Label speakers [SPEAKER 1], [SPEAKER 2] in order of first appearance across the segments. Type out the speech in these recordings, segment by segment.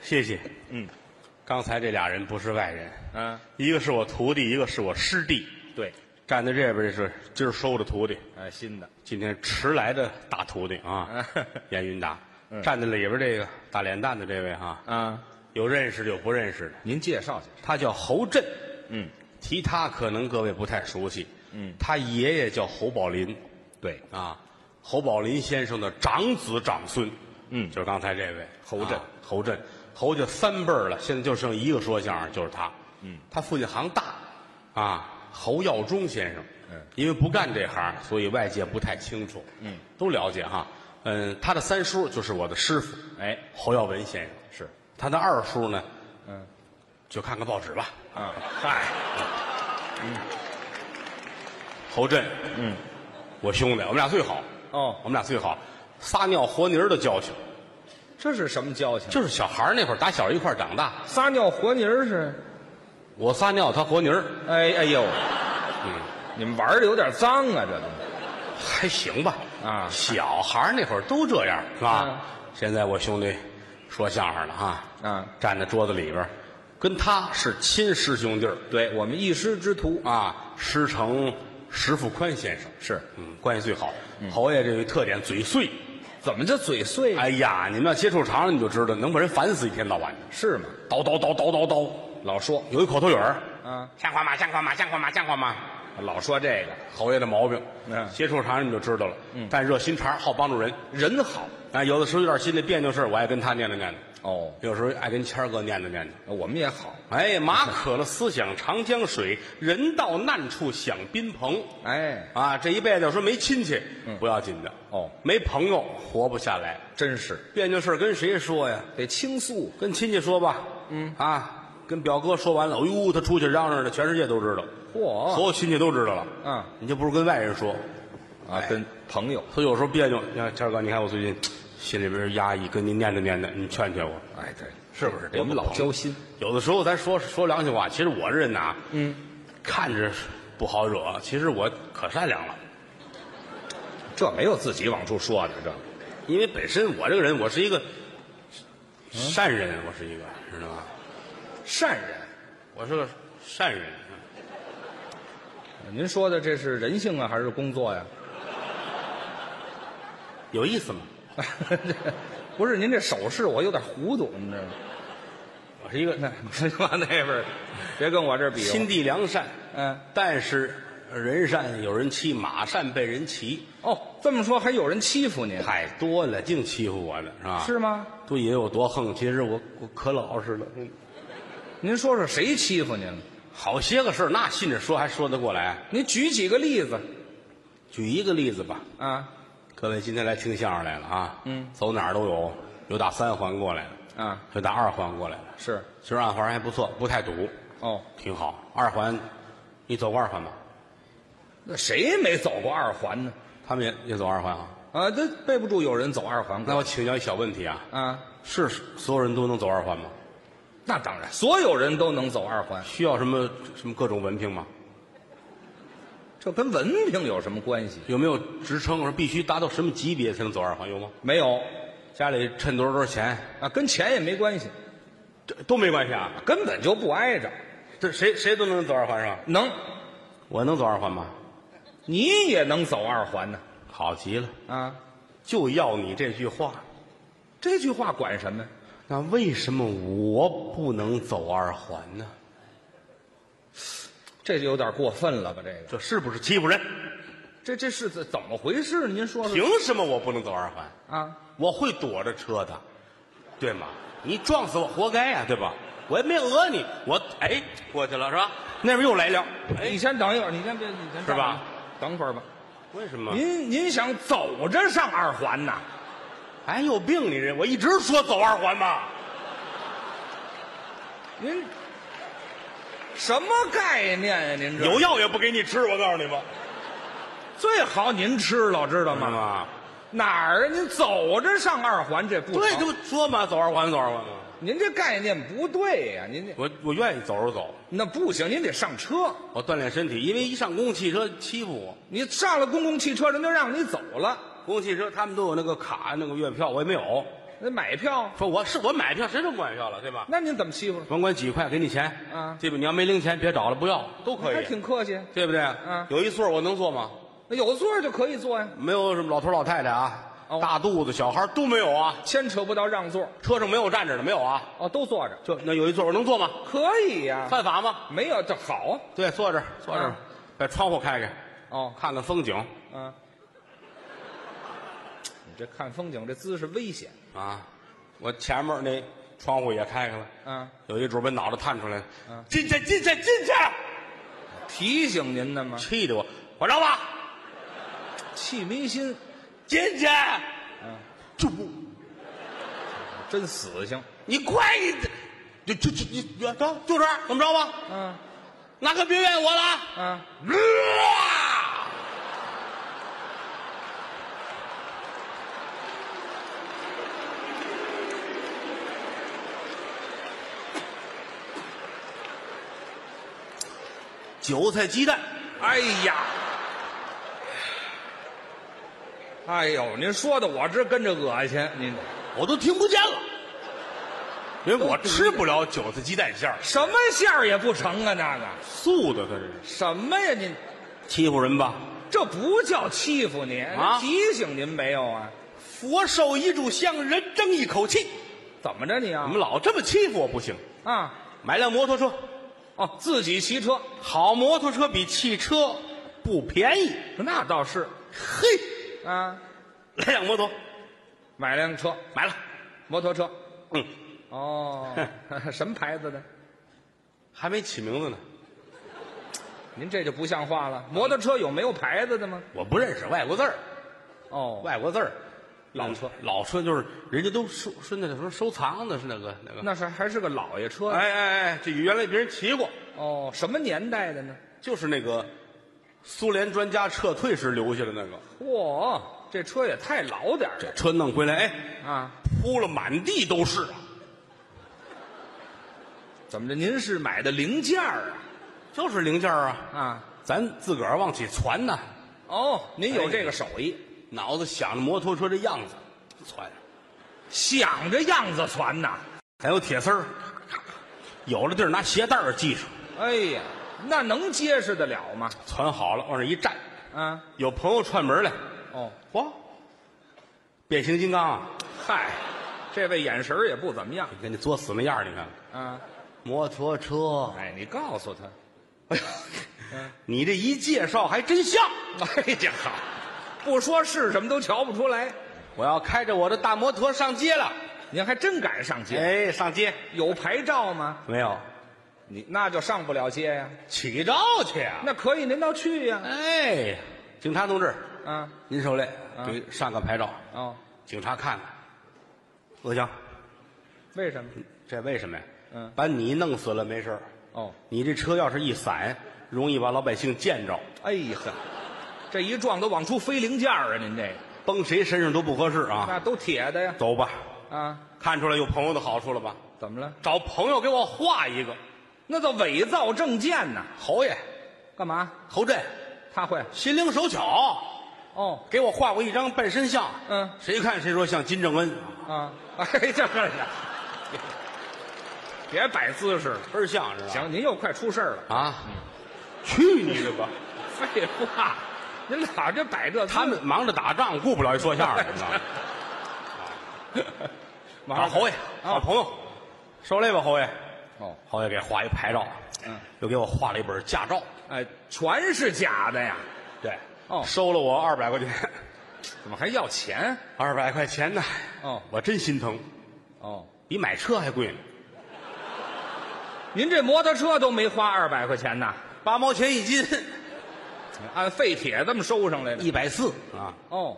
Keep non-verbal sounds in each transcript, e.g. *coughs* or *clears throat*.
[SPEAKER 1] 谢谢。
[SPEAKER 2] 嗯
[SPEAKER 1] 刚才这俩人不是外人，
[SPEAKER 2] 嗯，
[SPEAKER 1] 一个是我徒弟，一个是我师弟。
[SPEAKER 2] 对，
[SPEAKER 1] 站在这边这是今儿收的徒弟，
[SPEAKER 2] 呃，新的，
[SPEAKER 1] 今天迟来的大徒弟啊，严云达。站在里边这个大脸蛋的这位哈、
[SPEAKER 2] 啊，
[SPEAKER 1] 有认识的有不认识的，
[SPEAKER 2] 您介绍介绍。
[SPEAKER 1] 他叫侯震。
[SPEAKER 2] 嗯，
[SPEAKER 1] 提他可能各位不太熟悉，嗯，他爷爷叫侯宝林
[SPEAKER 2] 对，
[SPEAKER 1] 啊，侯宝林先生的长子长孙，
[SPEAKER 2] 嗯
[SPEAKER 1] 就是刚才这位
[SPEAKER 2] 侯震
[SPEAKER 1] 啊侯震，侯家三辈儿了，现在就剩一个说相声，就是他，嗯，他父亲行大啊，侯耀中先生，
[SPEAKER 2] 嗯，
[SPEAKER 1] 因为不干这行，所以外界不太清楚，
[SPEAKER 2] 嗯，
[SPEAKER 1] 都了解哈，嗯，他的三叔就是我的师傅
[SPEAKER 2] 哎，
[SPEAKER 1] 侯耀文先生，
[SPEAKER 2] 是，
[SPEAKER 1] 他的二叔呢，
[SPEAKER 2] 嗯，
[SPEAKER 1] 就看看报纸吧，
[SPEAKER 2] 啊，
[SPEAKER 1] 嗨，侯震，
[SPEAKER 2] 嗯，
[SPEAKER 1] 我兄弟，我们俩最好，
[SPEAKER 2] 哦
[SPEAKER 1] 我们俩最好，撒尿和泥儿的交情，
[SPEAKER 2] 这是什么交情？啊
[SPEAKER 1] 就是小孩儿那会儿打小一块儿长大，
[SPEAKER 2] 撒尿和泥儿是？
[SPEAKER 1] 我撒尿他和泥儿，
[SPEAKER 2] 哎哎呦，
[SPEAKER 1] 嗯，
[SPEAKER 2] 你们玩的有点脏啊，这都。
[SPEAKER 1] 还行吧，
[SPEAKER 2] 啊
[SPEAKER 1] 小孩儿那会儿都这样，是吧？
[SPEAKER 2] 嗯
[SPEAKER 1] 现在我兄弟说相声了哈，
[SPEAKER 2] 嗯
[SPEAKER 1] 站在桌子里边儿，跟他是亲师兄弟儿
[SPEAKER 2] 对我们一师之徒
[SPEAKER 1] 啊，师承石富宽先生，
[SPEAKER 2] 是，
[SPEAKER 1] 嗯，关系最好。侯爷这个特点嘴碎。
[SPEAKER 2] 怎么就嘴碎？
[SPEAKER 1] 哎呀，你们要接触长了，你就知道能把人烦死一天到晚的，
[SPEAKER 2] 是吗？
[SPEAKER 1] 叨叨叨叨叨叨，
[SPEAKER 2] 老说，
[SPEAKER 1] 有一口头语儿，
[SPEAKER 2] 啊，
[SPEAKER 1] 像话吗？像话吗？像话吗？像话吗？
[SPEAKER 2] 老说这个，
[SPEAKER 1] 侯爷的毛病，
[SPEAKER 2] 嗯
[SPEAKER 1] 接触长了你就知道了。但热心肠，好帮助人。
[SPEAKER 2] 人好
[SPEAKER 1] 啊，有的时候有点心里别扭事儿我爱跟他念叨念叨，
[SPEAKER 2] 哦，
[SPEAKER 1] 有时候爱跟谦儿哥念叨念叨。
[SPEAKER 2] 我们也好。
[SPEAKER 1] 哎，马渴了思想长江水，人到难处想宾朋。
[SPEAKER 2] 哎，
[SPEAKER 1] 啊，这一辈子要说没亲戚，不要紧的
[SPEAKER 2] 哦
[SPEAKER 1] 没朋友活不下来。
[SPEAKER 2] 真是
[SPEAKER 1] 别扭事儿跟谁说呀？
[SPEAKER 2] 得倾诉。
[SPEAKER 1] 跟亲戚说吧，嗯啊，跟表哥说完了，哎呦，他出去嚷嚷的，全世界都知道，所
[SPEAKER 2] 嚯，
[SPEAKER 1] 有亲戚都知道了。
[SPEAKER 2] 嗯
[SPEAKER 1] 你就不如跟外人说，
[SPEAKER 2] 啊，跟朋友，
[SPEAKER 1] 所以有时候别扭。你看谦儿哥，你看我最近心里边压抑，跟您念叨念叨，你劝劝我，
[SPEAKER 2] 哎，对，
[SPEAKER 1] 是不是？
[SPEAKER 2] 我们老交心。
[SPEAKER 1] 有的时候咱说说良心话，其实我这人呐，嗯，看着不好惹，其实我可善良了。
[SPEAKER 2] 这没有自己往出说的，这个
[SPEAKER 1] 因为本身我这个人，我是一个善人，我是一个，知道吗？
[SPEAKER 2] 善人。
[SPEAKER 1] 我是个善人。
[SPEAKER 2] 您说的这是人性啊，还是工作呀、
[SPEAKER 1] 有意思吗？
[SPEAKER 2] *laughs* 不是您这手势，我有点糊涂，你知道吗？
[SPEAKER 1] 我是一个
[SPEAKER 2] 那 *laughs* 往那边儿，别跟我这儿比划。
[SPEAKER 1] 心地良善，
[SPEAKER 2] 嗯，
[SPEAKER 1] 但是人善有人欺，马善被人骑，
[SPEAKER 2] 哦，这么说还有人欺负您，
[SPEAKER 1] 太多了，净欺负我的是吧？
[SPEAKER 2] 是吗？
[SPEAKER 1] 都以为我多横，其实我我可老实了。嗯
[SPEAKER 2] 您说说谁欺负您了？
[SPEAKER 1] 好些个事儿，那信着说还说得过来。
[SPEAKER 2] 您举几个例子
[SPEAKER 1] 举一个例子吧，
[SPEAKER 2] 啊
[SPEAKER 1] 各位今天来听相声来了啊，
[SPEAKER 2] 嗯，
[SPEAKER 1] 走哪儿都有，有打三环过来的，
[SPEAKER 2] 啊，
[SPEAKER 1] 有打二环过来的，
[SPEAKER 2] 是
[SPEAKER 1] 今儿二环还不错，不太堵，
[SPEAKER 2] 哦，
[SPEAKER 1] 挺好。二环，你走过二环吗？
[SPEAKER 2] 那谁没走过二环呢？
[SPEAKER 1] 他们也也走二环啊？
[SPEAKER 2] 啊，这备不住有人走二环
[SPEAKER 1] 那
[SPEAKER 2] 过
[SPEAKER 1] 我请教一小问题啊，
[SPEAKER 2] 啊，
[SPEAKER 1] 是所有人都能走二环吗？
[SPEAKER 2] 那当然，所有人都能走二环，
[SPEAKER 1] 需要什么什么各种文凭吗？
[SPEAKER 2] 这跟文凭有什么关系？
[SPEAKER 1] 有没有职称？说必须达到什么级别才能走二环？有吗？
[SPEAKER 2] 没有
[SPEAKER 1] 家里趁多少多少钱，
[SPEAKER 2] 啊，跟钱也没关系，
[SPEAKER 1] 这都没关系啊。
[SPEAKER 2] 根本就不挨着。
[SPEAKER 1] 这谁谁都能走二环是吧？
[SPEAKER 2] 能，
[SPEAKER 1] 我能走二环吗？
[SPEAKER 2] 你也能走二环呢
[SPEAKER 1] 好极了，
[SPEAKER 2] 啊！
[SPEAKER 1] 就要你这句话。
[SPEAKER 2] 这句话管什么呀？
[SPEAKER 1] 那为什么我不能走二环呢？
[SPEAKER 2] 这就有点过分了吧？这个，
[SPEAKER 1] 这是不是欺负人？
[SPEAKER 2] 这这是怎怎么回事？您说说
[SPEAKER 1] 凭什么我不能走二环？
[SPEAKER 2] 啊？
[SPEAKER 1] 我会躲着车的，对吗？你撞死我活该啊呀、对吧？我也没讹你，我哎过去了是吧？那边又来辆，哎，
[SPEAKER 2] 你先等一会儿，你先别，你先
[SPEAKER 1] 是吧
[SPEAKER 2] 等会儿？等会儿吧。嗯
[SPEAKER 1] 为什么？
[SPEAKER 2] 您您想走着上二环呐？
[SPEAKER 1] 哎，有病你人！我一直说走二环嘛，
[SPEAKER 2] 您什么概念呀、您这
[SPEAKER 1] 有药也不给你吃，我告诉你吧，
[SPEAKER 2] 最好您吃了，知道
[SPEAKER 1] 妈
[SPEAKER 2] 吗？
[SPEAKER 1] 妈，
[SPEAKER 2] 哪儿啊您走着上二环这不成
[SPEAKER 1] 对，这不说嘛，走二环，走二环嘛。
[SPEAKER 2] 您这概念不对呀、您这
[SPEAKER 1] 我我愿意走着走，
[SPEAKER 2] 那不行，您得上车。
[SPEAKER 1] 我锻炼身体，因为一上公共汽车欺负我。
[SPEAKER 2] 你上了公共汽车，人就让你走了。
[SPEAKER 1] 公共汽车他们都有那个卡，那个月票，我也没有，
[SPEAKER 2] 那买票，
[SPEAKER 1] 说我是我买票，谁都不买票了，对吧？
[SPEAKER 2] 那您怎么欺负了？
[SPEAKER 1] 甭管几块，给你钱。
[SPEAKER 2] 啊
[SPEAKER 1] 这边你要没零钱，别找了，不要，嗯都可
[SPEAKER 2] 还
[SPEAKER 1] 以，
[SPEAKER 2] 挺客气，
[SPEAKER 1] 对不对？
[SPEAKER 2] 嗯
[SPEAKER 1] 有一座我能坐吗？
[SPEAKER 2] 那有座儿就可以坐呀，
[SPEAKER 1] 没有什么老头老太太啊，
[SPEAKER 2] 哦
[SPEAKER 1] 大肚子小孩都没有啊，
[SPEAKER 2] 牵扯不到让座儿，
[SPEAKER 1] 车上没有站着的，没有啊。
[SPEAKER 2] 哦，都坐着，
[SPEAKER 1] 就那有一座我能坐吗？
[SPEAKER 2] 可以呀，
[SPEAKER 1] 犯法吗？
[SPEAKER 2] 没有这好啊，
[SPEAKER 1] 对，坐这儿，坐这儿
[SPEAKER 2] 啊，
[SPEAKER 1] 把窗户开开，
[SPEAKER 2] 哦，
[SPEAKER 1] 看看风景
[SPEAKER 2] 啊，你这看风景这姿势危险
[SPEAKER 1] 啊。我前面那窗户也开开了，
[SPEAKER 2] 啊！
[SPEAKER 1] 有一主把脑袋探出来
[SPEAKER 2] 嗯，
[SPEAKER 1] 进去，进去，进去，
[SPEAKER 2] 提醒您呢吗？
[SPEAKER 1] 气得我，我让吧，
[SPEAKER 2] 气迷心，
[SPEAKER 1] 进去，
[SPEAKER 2] 嗯，
[SPEAKER 1] 就不，
[SPEAKER 2] 真死性。
[SPEAKER 1] 你快一点，就就就你就就这儿，怎么着吧？
[SPEAKER 2] 嗯
[SPEAKER 1] 哪可别怨我了啊。
[SPEAKER 2] 嗯，
[SPEAKER 1] 韭菜鸡蛋，
[SPEAKER 2] 哎呀，哎呦，您说的我这跟着恶心，您
[SPEAKER 1] 我都听不见了，因为我吃不了韭菜鸡蛋馅儿，
[SPEAKER 2] 什么馅儿也不成啊，那个
[SPEAKER 1] 素的，它这是
[SPEAKER 2] 什么呀？您
[SPEAKER 1] 欺负人吧？
[SPEAKER 2] 这不叫欺负您，
[SPEAKER 1] 啊
[SPEAKER 2] 提醒您没有啊？
[SPEAKER 1] 佛受一炷香，人争一口气。
[SPEAKER 2] 怎么着你
[SPEAKER 1] 你
[SPEAKER 2] 啊？
[SPEAKER 1] 们老这么欺负我不行，
[SPEAKER 2] 啊，
[SPEAKER 1] 买辆摩托车，
[SPEAKER 2] 哦，自己骑车，
[SPEAKER 1] 好摩托车比汽车不便宜。
[SPEAKER 2] 那倒是
[SPEAKER 1] 嘿，
[SPEAKER 2] 啊，
[SPEAKER 1] 来辆摩托，
[SPEAKER 2] 买辆车，
[SPEAKER 1] 买了，
[SPEAKER 2] 摩托车。
[SPEAKER 1] 嗯，
[SPEAKER 2] 哦，什么牌子的？
[SPEAKER 1] 还没起名字呢，
[SPEAKER 2] 您这就不像话了。摩托车有没有牌子的吗？
[SPEAKER 1] 我不认识外国字儿，
[SPEAKER 2] 哦，
[SPEAKER 1] 外国字儿，
[SPEAKER 2] 老车
[SPEAKER 1] 嗯老车就是人家都收是那个什么收藏的，是那个那个。
[SPEAKER 2] 那是还是个老爷车。
[SPEAKER 1] 哎哎哎，这原来别人骑过，
[SPEAKER 2] 哦，什么年代的呢？
[SPEAKER 1] 就是那个苏联专家撤退时留下的那个，
[SPEAKER 2] 嚯，这车也太老点儿
[SPEAKER 1] 这车弄回来，哎，
[SPEAKER 2] 了啊！
[SPEAKER 1] 铺了满地都是啊，
[SPEAKER 2] 怎么着？您是买的零件儿
[SPEAKER 1] 就是零件儿啊，
[SPEAKER 2] 啊？啊，
[SPEAKER 1] 咱自个儿往起传呐。
[SPEAKER 2] 哦，您有这个手艺，
[SPEAKER 1] 脑子想着摩托车这样子，窜，
[SPEAKER 2] 想着样子传呐。
[SPEAKER 1] 还有铁丝儿，有了地儿拿鞋带儿系上，
[SPEAKER 2] 哎呀，那能结实得了吗？
[SPEAKER 1] 攒好了往这一站。
[SPEAKER 2] 啊，
[SPEAKER 1] 有朋友串门来，
[SPEAKER 2] 哦，
[SPEAKER 1] 嚯，变形金刚啊，
[SPEAKER 2] 嗨，这位眼神儿也不怎么样
[SPEAKER 1] 你看你作死那样儿，你看
[SPEAKER 2] 啊。
[SPEAKER 1] 摩托车，
[SPEAKER 2] 哎，你告诉他，
[SPEAKER 1] 哎呀，你这一介绍还真像。
[SPEAKER 2] 哎呀，好，不说是什么都瞧不出来。
[SPEAKER 1] 我要开着我的大摩托上街了，
[SPEAKER 2] 您还真敢上街？
[SPEAKER 1] 哎，上街
[SPEAKER 2] 有牌照吗？
[SPEAKER 1] 没有？
[SPEAKER 2] 你那就上不了街呀、
[SPEAKER 1] 起照去啊！
[SPEAKER 2] 那可以，您倒去呀、
[SPEAKER 1] 哎，警察同志，
[SPEAKER 2] 啊。
[SPEAKER 1] 您受累，
[SPEAKER 2] 啊
[SPEAKER 1] 给上个牌照。
[SPEAKER 2] 哦，
[SPEAKER 1] 警察看看，不行，
[SPEAKER 2] 为什么？
[SPEAKER 1] 这为什么呀？
[SPEAKER 2] 嗯
[SPEAKER 1] 把你弄死了没事儿
[SPEAKER 2] 哦，
[SPEAKER 1] 你这车要是一散，容易把老百姓见着，
[SPEAKER 2] 哎呀，这一撞都往出飞零件儿啊！您这个
[SPEAKER 1] 崩谁身上都不合适啊！
[SPEAKER 2] 那都铁的呀。
[SPEAKER 1] 走吧，
[SPEAKER 2] 啊，
[SPEAKER 1] 看出来有朋友的好处了吧？
[SPEAKER 2] 怎么了？
[SPEAKER 1] 找朋友给我画一个，
[SPEAKER 2] 那叫伪造证件呐！
[SPEAKER 1] 侯爷、
[SPEAKER 2] 干嘛？
[SPEAKER 1] 侯震、
[SPEAKER 2] 他会？
[SPEAKER 1] 心灵手巧，
[SPEAKER 2] 哦，
[SPEAKER 1] 给我画过一张半身像，
[SPEAKER 2] 嗯
[SPEAKER 1] 谁看谁说像金正恩，
[SPEAKER 2] 啊， *laughs* 哎，这个呀，别摆姿势了。
[SPEAKER 1] 倍儿像是吧？
[SPEAKER 2] 行，您又快出事儿了。
[SPEAKER 1] 啊，去你的吧！
[SPEAKER 2] 废话，您老这摆这姿势，
[SPEAKER 1] 他们忙着打仗，顾不了说相声，你知
[SPEAKER 2] *laughs*
[SPEAKER 1] 道吗？
[SPEAKER 2] 马
[SPEAKER 1] 找
[SPEAKER 2] 上
[SPEAKER 1] 侯爷，找朋友，受累吧，侯爷。
[SPEAKER 2] 哦，
[SPEAKER 1] 侯爷给画一牌照，
[SPEAKER 2] 嗯，
[SPEAKER 1] 又给我画了一本驾照，
[SPEAKER 2] 哎，全是假的呀！
[SPEAKER 1] 对，
[SPEAKER 2] 哦
[SPEAKER 1] 收了我二百块钱，
[SPEAKER 2] 怎么还要钱？
[SPEAKER 1] 二百块钱呢，
[SPEAKER 2] 哦
[SPEAKER 1] 我真心疼，
[SPEAKER 2] 哦，
[SPEAKER 1] 比买车还贵呢，
[SPEAKER 2] 您这摩托车都没花二百块钱呐，
[SPEAKER 1] 八毛钱一斤，
[SPEAKER 2] 按废铁这么收上来的。
[SPEAKER 1] 哎一百四啊，
[SPEAKER 2] 哦，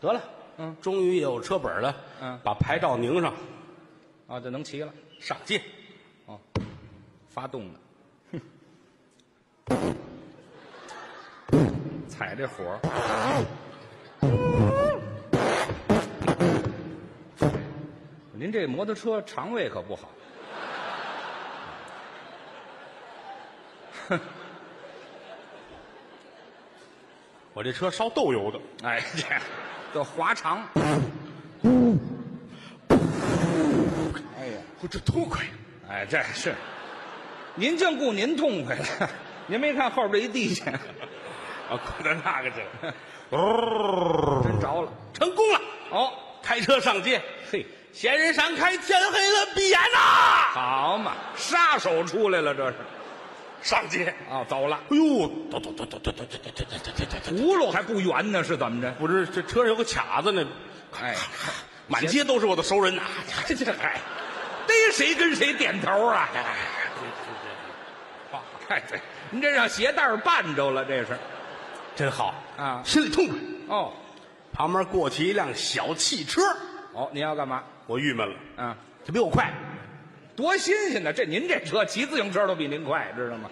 [SPEAKER 1] 得了，
[SPEAKER 2] 嗯，
[SPEAKER 1] 终于有车本了，
[SPEAKER 2] 嗯
[SPEAKER 1] 把牌照拧上，
[SPEAKER 2] 啊，就能骑了，
[SPEAKER 1] 上街，
[SPEAKER 2] 发动了，哼，踩这火儿，您这摩托车肠胃可不好。
[SPEAKER 1] 我这
[SPEAKER 2] 哎
[SPEAKER 1] 车烧豆油的，
[SPEAKER 2] 哎，这叫滑肠。
[SPEAKER 1] 我这痛快。
[SPEAKER 2] 哎，这是，您净顾您痛快了，您没看后边这一地去，
[SPEAKER 1] 啊，滚到那个去了，
[SPEAKER 2] 真着了。
[SPEAKER 1] 成功了！
[SPEAKER 2] 哦，
[SPEAKER 1] 开车上街，
[SPEAKER 2] 嘿，
[SPEAKER 1] 闲人闪开，天黑了闭眼呐！
[SPEAKER 2] 好嘛，杀手出来了，这是
[SPEAKER 1] 上街，
[SPEAKER 2] 啊，走了，
[SPEAKER 1] 哎呦，嘟嘟嘟嘟嘟嘟嘟嘟嘟嘟嘟嘟
[SPEAKER 2] 轱辘还不圆呢，是怎么着？
[SPEAKER 1] 不是这车上有个卡子呢，
[SPEAKER 2] 哎， *laughs*
[SPEAKER 1] 满街都是我的熟人呐！
[SPEAKER 2] 这这哎，逮谁跟谁点头啊？哎，对，您这让鞋带儿绊着了，这是
[SPEAKER 1] 真好
[SPEAKER 2] 啊
[SPEAKER 1] 心里痛快。
[SPEAKER 2] 哦
[SPEAKER 1] 旁边过去一辆小汽车，
[SPEAKER 2] 哦，您要干嘛？
[SPEAKER 1] 我郁闷了，
[SPEAKER 2] 啊，
[SPEAKER 1] 他比我快，
[SPEAKER 2] 多新鲜呢！这您这车骑自行车都比您快，知道吗？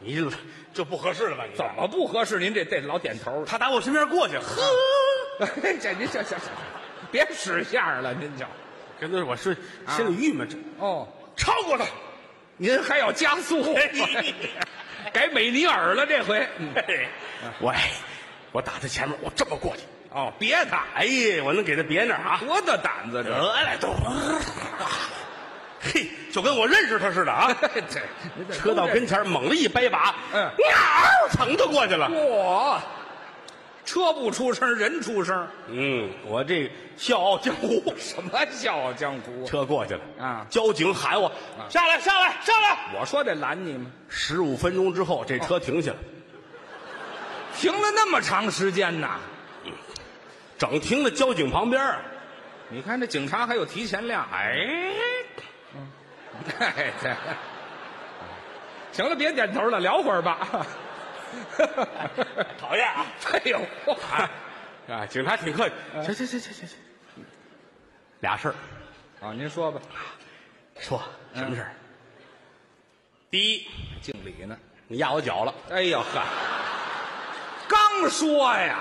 [SPEAKER 1] 你这不合适了吧？你
[SPEAKER 2] 怎么不合适？您这这老点头，
[SPEAKER 1] 他打我身边过去，呵，
[SPEAKER 2] *laughs*
[SPEAKER 1] 啊
[SPEAKER 2] 这您这这这，别使相了，您就
[SPEAKER 1] 跟那我是心里郁闷，这
[SPEAKER 2] 哦，
[SPEAKER 1] 超过他，
[SPEAKER 2] 您还要加 *laughs* 速，
[SPEAKER 1] 哎
[SPEAKER 2] 改美尼尔了这回。嗯
[SPEAKER 1] 嘿我哎我打他前面，我这么过去，
[SPEAKER 2] 哦，别他，
[SPEAKER 1] 哎呀，我能给他别那儿啊，
[SPEAKER 2] 多大胆子这！
[SPEAKER 1] 得嘞都，啊嘿，就跟我认识他似的啊。
[SPEAKER 2] *laughs* 这您这
[SPEAKER 1] 车到跟前儿猛地一掰把，
[SPEAKER 2] 嗯
[SPEAKER 1] 嗷，腾他过去了。
[SPEAKER 2] 哇，车不出声，人出声，
[SPEAKER 1] 嗯，我这笑傲江湖，
[SPEAKER 2] 什么笑傲江湖？
[SPEAKER 1] 车过去了
[SPEAKER 2] 啊
[SPEAKER 1] 交警喊我下来，下来，下来。
[SPEAKER 2] 我说得拦你吗？
[SPEAKER 1] 十五分钟之后，这车停下了，
[SPEAKER 2] 停了那么长时间呐！
[SPEAKER 1] 整停在交警旁边儿。
[SPEAKER 2] 你看这警察还有提前量，哎，哎对， *laughs* 行了，别点头了，聊会儿吧。 *laughs*
[SPEAKER 1] 讨厌啊！
[SPEAKER 2] 哎呦，哇
[SPEAKER 1] 啊，警察挺客气。行行行行行行，俩事儿，
[SPEAKER 2] 啊，您说吧，
[SPEAKER 1] 说什么事儿？第一，
[SPEAKER 2] 敬礼呢？
[SPEAKER 1] 你压我脚了，
[SPEAKER 2] 哎呦呵，刚说呀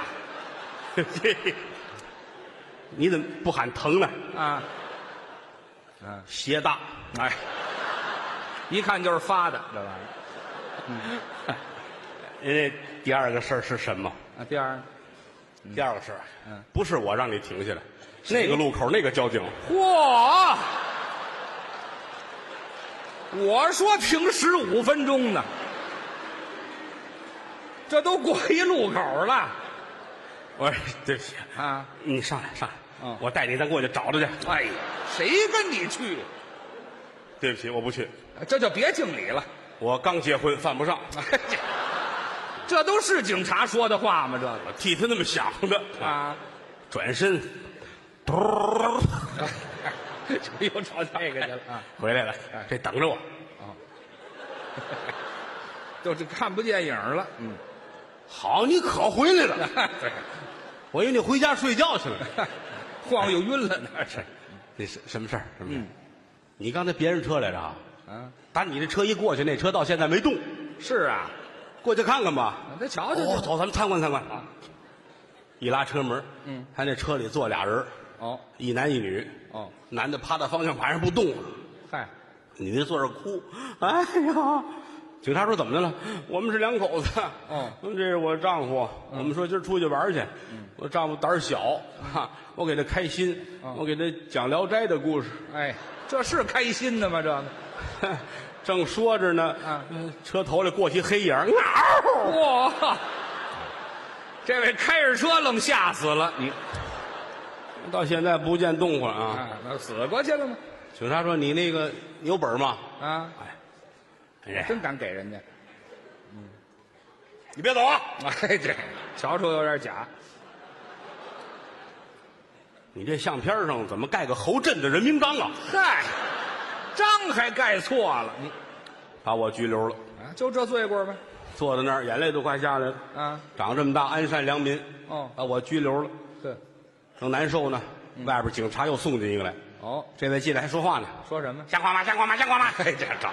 [SPEAKER 1] 你怎么不喊疼呢？
[SPEAKER 2] 啊，
[SPEAKER 1] 鞋大，
[SPEAKER 2] 哎，一看就是发的这玩意儿。
[SPEAKER 1] 呃，第二个事儿是什么？
[SPEAKER 2] 啊，第二呢，
[SPEAKER 1] 第二个事儿，啊
[SPEAKER 2] 嗯，
[SPEAKER 1] 不是我让你停下来，那个路口那个交警，
[SPEAKER 2] 嚯！我说停十五分钟呢，这都过一路口了
[SPEAKER 1] 我说对不起，
[SPEAKER 2] 啊！
[SPEAKER 1] 你上来上来，
[SPEAKER 2] 嗯
[SPEAKER 1] 我带你咱过去找他去。
[SPEAKER 2] 哎呀，谁跟你去？
[SPEAKER 1] 对不起，我不去，
[SPEAKER 2] 这就别敬礼了。
[SPEAKER 1] 我刚结婚，犯
[SPEAKER 2] *laughs*
[SPEAKER 1] 不上，
[SPEAKER 2] 哎呀这都是警察说的话吗？这个
[SPEAKER 1] 我替他那么想的。
[SPEAKER 2] 啊，
[SPEAKER 1] 转身，嘟，
[SPEAKER 2] *laughs* 又找那个去了啊，
[SPEAKER 1] *laughs* 回来了，这等着我。
[SPEAKER 2] *laughs* 就是看不见影儿了。嗯，
[SPEAKER 1] 好，你可回来了，
[SPEAKER 2] *laughs* 对，
[SPEAKER 1] 我以为你回家睡觉去
[SPEAKER 2] *laughs*
[SPEAKER 1] 了。
[SPEAKER 2] 晃悠晕了那是。
[SPEAKER 1] 那是什么事儿？什么
[SPEAKER 2] 嗯
[SPEAKER 1] 事儿？你刚才别人车来着啊？
[SPEAKER 2] 啊，
[SPEAKER 1] 打你这车一过去，那车到现在没动，
[SPEAKER 2] 是啊，
[SPEAKER 1] 过去看看吧。
[SPEAKER 2] 再瞧瞧
[SPEAKER 1] 哦，
[SPEAKER 2] 去。
[SPEAKER 1] 走，咱们参观参观啊！一拉车门，
[SPEAKER 2] 嗯，
[SPEAKER 1] 他那车里坐俩人，
[SPEAKER 2] 哦
[SPEAKER 1] 一男一女，
[SPEAKER 2] 哦，
[SPEAKER 1] 男的趴在方向盘上不动，
[SPEAKER 2] 嗨，
[SPEAKER 1] 女的坐这儿哭。哎呀，警察说怎么的了？我们是两口子，
[SPEAKER 2] 哦
[SPEAKER 1] 嗯，这是我丈夫，我们说今儿出去玩去，我丈夫胆儿小，哈，我给他开心，我给他讲《聊斋》的故事。
[SPEAKER 2] 哎，这是开心的吗？这个。
[SPEAKER 1] 正说着呢，
[SPEAKER 2] 啊
[SPEAKER 1] 嗯，车头里过去黑影，嗷！
[SPEAKER 2] 哇！这位开着车愣吓死了，你
[SPEAKER 1] 到现在不见动换啊！
[SPEAKER 2] 啊，那死过去了吗？
[SPEAKER 1] 警察说：“你那个你有本儿吗？”
[SPEAKER 2] 啊，
[SPEAKER 1] 哎，
[SPEAKER 2] 真敢给人家！ *laughs*
[SPEAKER 1] 你别走啊！
[SPEAKER 2] 哎，这瞧出有点假，
[SPEAKER 1] 你这相片上怎么盖个侯震的人名章啊？
[SPEAKER 2] 嗨，章还盖错了，你
[SPEAKER 1] 把我拘留了，
[SPEAKER 2] 啊，就这罪过呗？
[SPEAKER 1] 坐在那儿眼泪都快下来了。
[SPEAKER 2] 啊，
[SPEAKER 1] 长这么大，安善良民，
[SPEAKER 2] 哦
[SPEAKER 1] 把我拘留了，
[SPEAKER 2] 对，
[SPEAKER 1] 正难受呢。外边警察又送进一个来，
[SPEAKER 2] 哦，
[SPEAKER 1] 这位进来还说话呢，
[SPEAKER 2] 说什么？
[SPEAKER 1] 像话吗？像话吗？像话吗？哎，这这，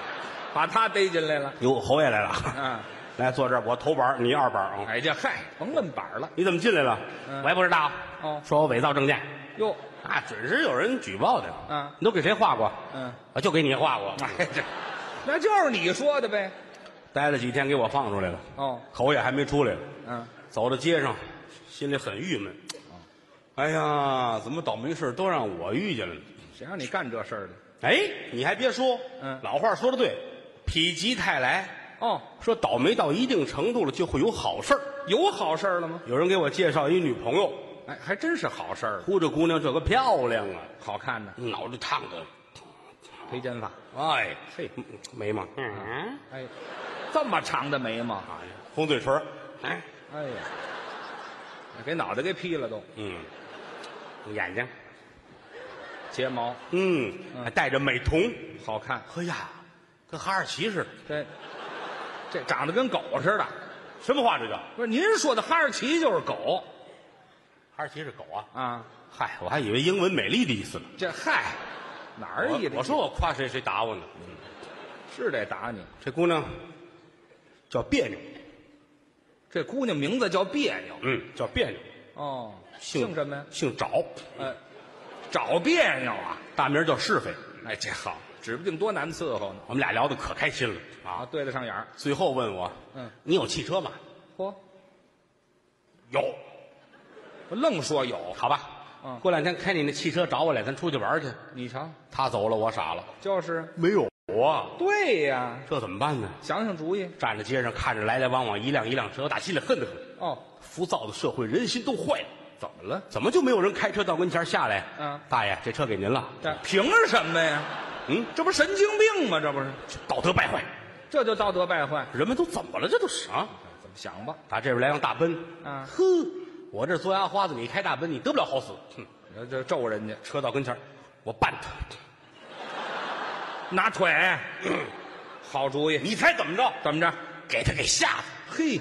[SPEAKER 2] 把他逮进来了，
[SPEAKER 1] 哟，侯爷来了，
[SPEAKER 2] 啊，
[SPEAKER 1] 来坐这儿，我头板儿，你二板儿啊。
[SPEAKER 2] 哎，这嗨，甭问板儿了，
[SPEAKER 1] 你怎么进来了？
[SPEAKER 2] 嗯
[SPEAKER 1] 我也不知道。
[SPEAKER 2] 哦
[SPEAKER 1] 说我伪造证件，
[SPEAKER 2] 哟，
[SPEAKER 1] 啊，准是有人举报的。
[SPEAKER 2] 嗯
[SPEAKER 1] 你都给谁画过？
[SPEAKER 2] 嗯，
[SPEAKER 1] 我就给你画过。
[SPEAKER 2] 哎，这 *laughs* 那就是你说的呗？
[SPEAKER 1] 待了几天，给我放出来了。
[SPEAKER 2] 哦，
[SPEAKER 1] 侯爷还没出来呢，
[SPEAKER 2] 嗯，
[SPEAKER 1] 走到街上，心里很郁闷。
[SPEAKER 2] 哦
[SPEAKER 1] 哎呀，怎么倒霉事儿都让我遇见了呢？
[SPEAKER 2] 谁让你干这事儿的？
[SPEAKER 1] 哎，你还别说，
[SPEAKER 2] 嗯
[SPEAKER 1] 老话说的对，否极泰来。
[SPEAKER 2] 哦，
[SPEAKER 1] 说倒霉到一定程度了，就会有好事儿。
[SPEAKER 2] 有好事儿了吗？
[SPEAKER 1] 有人给我介绍一女朋友，
[SPEAKER 2] 哎，还真是好事儿，
[SPEAKER 1] 呼这姑娘这个漂亮啊，
[SPEAKER 2] 好看的
[SPEAKER 1] 脑袋烫的，
[SPEAKER 2] 披肩发，
[SPEAKER 1] 哎，
[SPEAKER 2] 嘿，
[SPEAKER 1] 嗯眉毛，嗯，
[SPEAKER 2] 哎，这么长的眉毛，
[SPEAKER 1] 哎呀，红嘴唇儿，哎，
[SPEAKER 2] 哎呀，给脑袋给劈了都，
[SPEAKER 1] 嗯，眼睛，
[SPEAKER 2] 睫毛
[SPEAKER 1] 嗯，还带着美瞳。
[SPEAKER 2] 好看，
[SPEAKER 1] 哎呀，跟哈士奇似的。
[SPEAKER 2] 这这长得跟狗似的。
[SPEAKER 1] 什么话这叫？
[SPEAKER 2] 不是您说的哈士奇就是狗
[SPEAKER 1] 哈士奇是狗啊？
[SPEAKER 2] 啊？
[SPEAKER 1] 嗨，我还以为英文美丽的意思呢。
[SPEAKER 2] 这嗨，哪儿
[SPEAKER 1] 我
[SPEAKER 2] 一的
[SPEAKER 1] 我说我夸谁谁打我呢？
[SPEAKER 2] 是得打你。
[SPEAKER 1] 这姑娘叫别扭，
[SPEAKER 2] 这姑娘名字叫别扭
[SPEAKER 1] 嗯，叫别扭，
[SPEAKER 2] 哦，
[SPEAKER 1] 姓
[SPEAKER 2] 姓什么呀？
[SPEAKER 1] 姓找，
[SPEAKER 2] 呃，找别扭啊！
[SPEAKER 1] 大名叫是非。
[SPEAKER 2] 哎，这好，指不定多难伺候呢
[SPEAKER 1] 我们俩聊的可开心了
[SPEAKER 2] 啊！
[SPEAKER 1] 啊！
[SPEAKER 2] 对得上眼儿，
[SPEAKER 1] 最后问我，
[SPEAKER 2] 嗯，
[SPEAKER 1] 你有汽车吗？
[SPEAKER 2] 嚯，
[SPEAKER 1] 有，
[SPEAKER 2] 我愣说有，
[SPEAKER 1] 好吧。
[SPEAKER 2] 嗯
[SPEAKER 1] 过两天开你那汽车找我来，咱出去玩去。
[SPEAKER 2] 你瞧，
[SPEAKER 1] 他走了，我傻了，
[SPEAKER 2] 就是
[SPEAKER 1] 没有啊，
[SPEAKER 2] 对呀，
[SPEAKER 1] 这怎么办呢？
[SPEAKER 2] 想想主意
[SPEAKER 1] 站在街上看着来来往往一辆一辆车，我打心里恨得很。
[SPEAKER 2] 哦。
[SPEAKER 1] 浮躁的社会，人心都坏了。
[SPEAKER 2] 怎么了？
[SPEAKER 1] 怎么就没有人开车到跟前下来？
[SPEAKER 2] 嗯
[SPEAKER 1] 大爷，这车给您了。
[SPEAKER 2] 这凭什么呀？
[SPEAKER 1] 嗯，
[SPEAKER 2] 这不神经病吗？这不是，
[SPEAKER 1] 道德败坏，
[SPEAKER 2] 这就道德败坏。
[SPEAKER 1] 人们都怎么了？这都是啊！
[SPEAKER 2] 怎么想吧？
[SPEAKER 1] 打这边来辆大奔，
[SPEAKER 2] 嗯
[SPEAKER 1] 呵，我这做牙花子，你开大奔，你得不了好死。哼，
[SPEAKER 2] 这这咒人家
[SPEAKER 1] 车到跟前儿，我绊他，
[SPEAKER 2] 拿腿， *coughs* 好主意。
[SPEAKER 1] 你猜怎么着？
[SPEAKER 2] 怎么着？
[SPEAKER 1] 给他给吓的，
[SPEAKER 2] 嘿，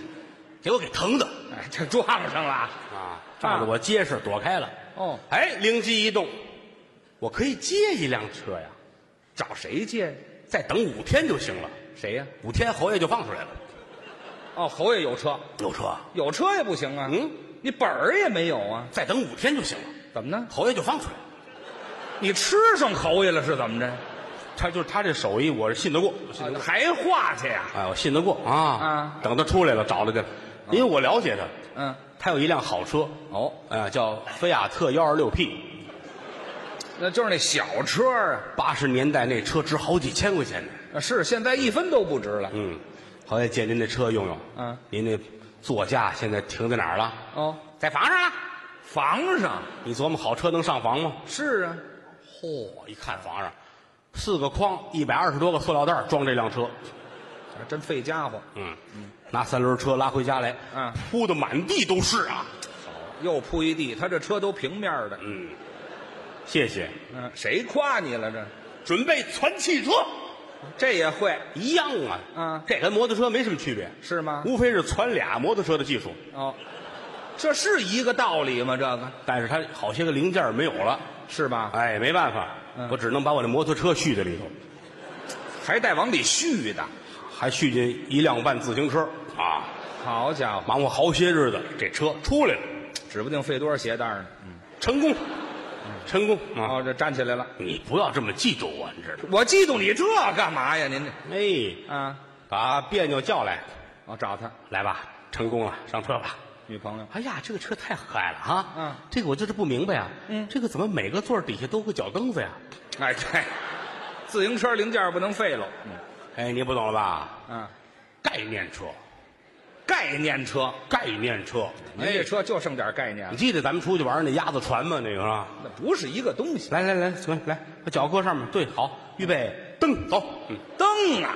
[SPEAKER 1] 给我给疼的
[SPEAKER 2] 哎，这撞上了啊。
[SPEAKER 1] 啊！仗着我结实，躲开了。
[SPEAKER 2] 哦，
[SPEAKER 1] 哎，灵机一动，我可以借一辆车呀，
[SPEAKER 2] 找谁借？
[SPEAKER 1] 再等五天就行了。
[SPEAKER 2] 谁呀、
[SPEAKER 1] 五天侯爷就放出来了，
[SPEAKER 2] 哦，侯爷有车，
[SPEAKER 1] 有车，
[SPEAKER 2] 有车也不行啊。
[SPEAKER 1] 嗯，
[SPEAKER 2] 你本儿也没有啊？
[SPEAKER 1] 再等五天就行了。
[SPEAKER 2] 怎么呢？
[SPEAKER 1] 侯爷就放出来了。
[SPEAKER 2] 你吃上侯爷了是怎么着？
[SPEAKER 1] 他就是他这手艺，我是信得过，我信得过。
[SPEAKER 2] 还画去呀、
[SPEAKER 1] 哎，我信得过啊！
[SPEAKER 2] 啊
[SPEAKER 1] 等他出来了，找他去，因为我了解他，
[SPEAKER 2] 嗯，
[SPEAKER 1] 他有一辆好车，
[SPEAKER 2] 哦，
[SPEAKER 1] 呃，叫菲亚特幺二六 P，
[SPEAKER 2] 那就是那小车啊。
[SPEAKER 1] 八十年代那车值好几千块钱呢。
[SPEAKER 2] 是，现在一分都不值了。
[SPEAKER 1] 嗯，好爷借您那车用用。
[SPEAKER 2] 嗯
[SPEAKER 1] 您那座驾现在停在哪儿了？
[SPEAKER 2] 哦，
[SPEAKER 1] 在房上了。啊
[SPEAKER 2] 房上
[SPEAKER 1] 你琢磨好车能上房吗？
[SPEAKER 2] 是啊，
[SPEAKER 1] 嚯、一看房上，四个筐，一百二十多个塑料袋装这辆车。
[SPEAKER 2] 啊真费家伙，
[SPEAKER 1] 嗯，拿三轮车拉回家来，
[SPEAKER 2] 嗯
[SPEAKER 1] 铺的满地都是啊。
[SPEAKER 2] 又铺一地，他这车都平面的。
[SPEAKER 1] 嗯，谢谢。
[SPEAKER 2] 嗯，谁夸你了这？
[SPEAKER 1] 准备传汽车，
[SPEAKER 2] 这也会
[SPEAKER 1] 一样啊。
[SPEAKER 2] 嗯
[SPEAKER 1] 这跟摩托车没什么区别，
[SPEAKER 2] 是吗？
[SPEAKER 1] 无非是传俩摩托车的技术，
[SPEAKER 2] 哦，这是一个道理吗？这个
[SPEAKER 1] 但是它好些个零件没有了。
[SPEAKER 2] 是吧？
[SPEAKER 1] 哎，没办法，
[SPEAKER 2] 嗯
[SPEAKER 1] 我只能把我这摩托车续在里头，
[SPEAKER 2] 还带往里续的，
[SPEAKER 1] 还续进一辆半自行车啊，
[SPEAKER 2] 好家伙，
[SPEAKER 1] 忙活好些日子，这车出来了，
[SPEAKER 2] 指不定费多少鞋带呢。嗯，
[SPEAKER 1] 成功，成功啊！
[SPEAKER 2] 哦，这站起来了。
[SPEAKER 1] 你不要这么嫉妒我，你知道吗？
[SPEAKER 2] 我嫉妒你这干嘛呀？您这
[SPEAKER 1] 哎，
[SPEAKER 2] 啊，
[SPEAKER 1] 把别扭叫来，
[SPEAKER 2] 我找他
[SPEAKER 1] 来吧，成功了，上车吧。
[SPEAKER 2] 女朋友。
[SPEAKER 1] 哎呀，这个车太可爱了啊！
[SPEAKER 2] 嗯
[SPEAKER 1] 这个我就是不明白呀、啊
[SPEAKER 2] 嗯
[SPEAKER 1] 这个怎么每个座儿底下都有个脚蹬子呀？
[SPEAKER 2] 哎，对，自行车零件不能废了。嗯
[SPEAKER 1] 哎，你不懂了吧？
[SPEAKER 2] 啊，
[SPEAKER 1] 概念车，
[SPEAKER 2] 概念车，
[SPEAKER 1] 概哎念车。
[SPEAKER 2] 您这车就剩点概念
[SPEAKER 1] 你
[SPEAKER 2] 了，
[SPEAKER 1] 记得咱们出去玩那鸭子船吗？那个是吧？
[SPEAKER 2] 那不是一个东西。
[SPEAKER 1] 来来来，来来，把脚搁上面。对，好，预备，蹬，走。嗯，
[SPEAKER 2] 灯啊，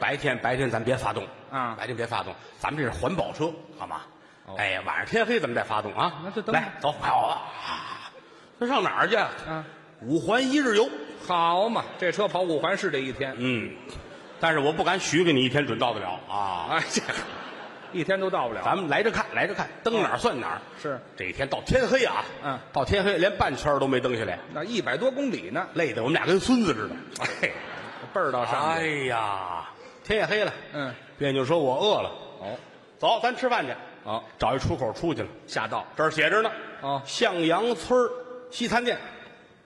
[SPEAKER 1] 白天白天咱别发动
[SPEAKER 2] 啊
[SPEAKER 1] 白天别发动，咱们这是环保车，好吗？
[SPEAKER 2] 哦
[SPEAKER 1] 哎呀，晚上天黑咱们再发动啊。
[SPEAKER 2] 那就蹬
[SPEAKER 1] 来，走，好啊。这上哪儿去？
[SPEAKER 2] 啊，
[SPEAKER 1] 五环一日游。
[SPEAKER 2] 好嘛，这车跑五环是这一天。
[SPEAKER 1] 嗯，但是我不敢许给你一天准到得了啊。
[SPEAKER 2] 哎，这一天都到不了。
[SPEAKER 1] 咱们来着看，来着看，蹬哪儿算哪儿。
[SPEAKER 2] 是
[SPEAKER 1] 这一天到天黑啊，
[SPEAKER 2] 哦嗯，
[SPEAKER 1] 到天黑连半圈儿都没蹬下来，
[SPEAKER 2] 那一百多公里呢，
[SPEAKER 1] 累得我们俩跟孙子似
[SPEAKER 2] *laughs*
[SPEAKER 1] 的。哎，
[SPEAKER 2] 倍儿到上
[SPEAKER 1] 哎
[SPEAKER 2] 面。
[SPEAKER 1] 呀，天也黑了，
[SPEAKER 2] 嗯，
[SPEAKER 1] 别扭说我饿了，
[SPEAKER 2] 哦，
[SPEAKER 1] 走，咱吃饭去。
[SPEAKER 2] 好，
[SPEAKER 1] 找一出口出去了，
[SPEAKER 2] 下道
[SPEAKER 1] 这儿写着呢，
[SPEAKER 2] 哦
[SPEAKER 1] 向阳村儿西餐店。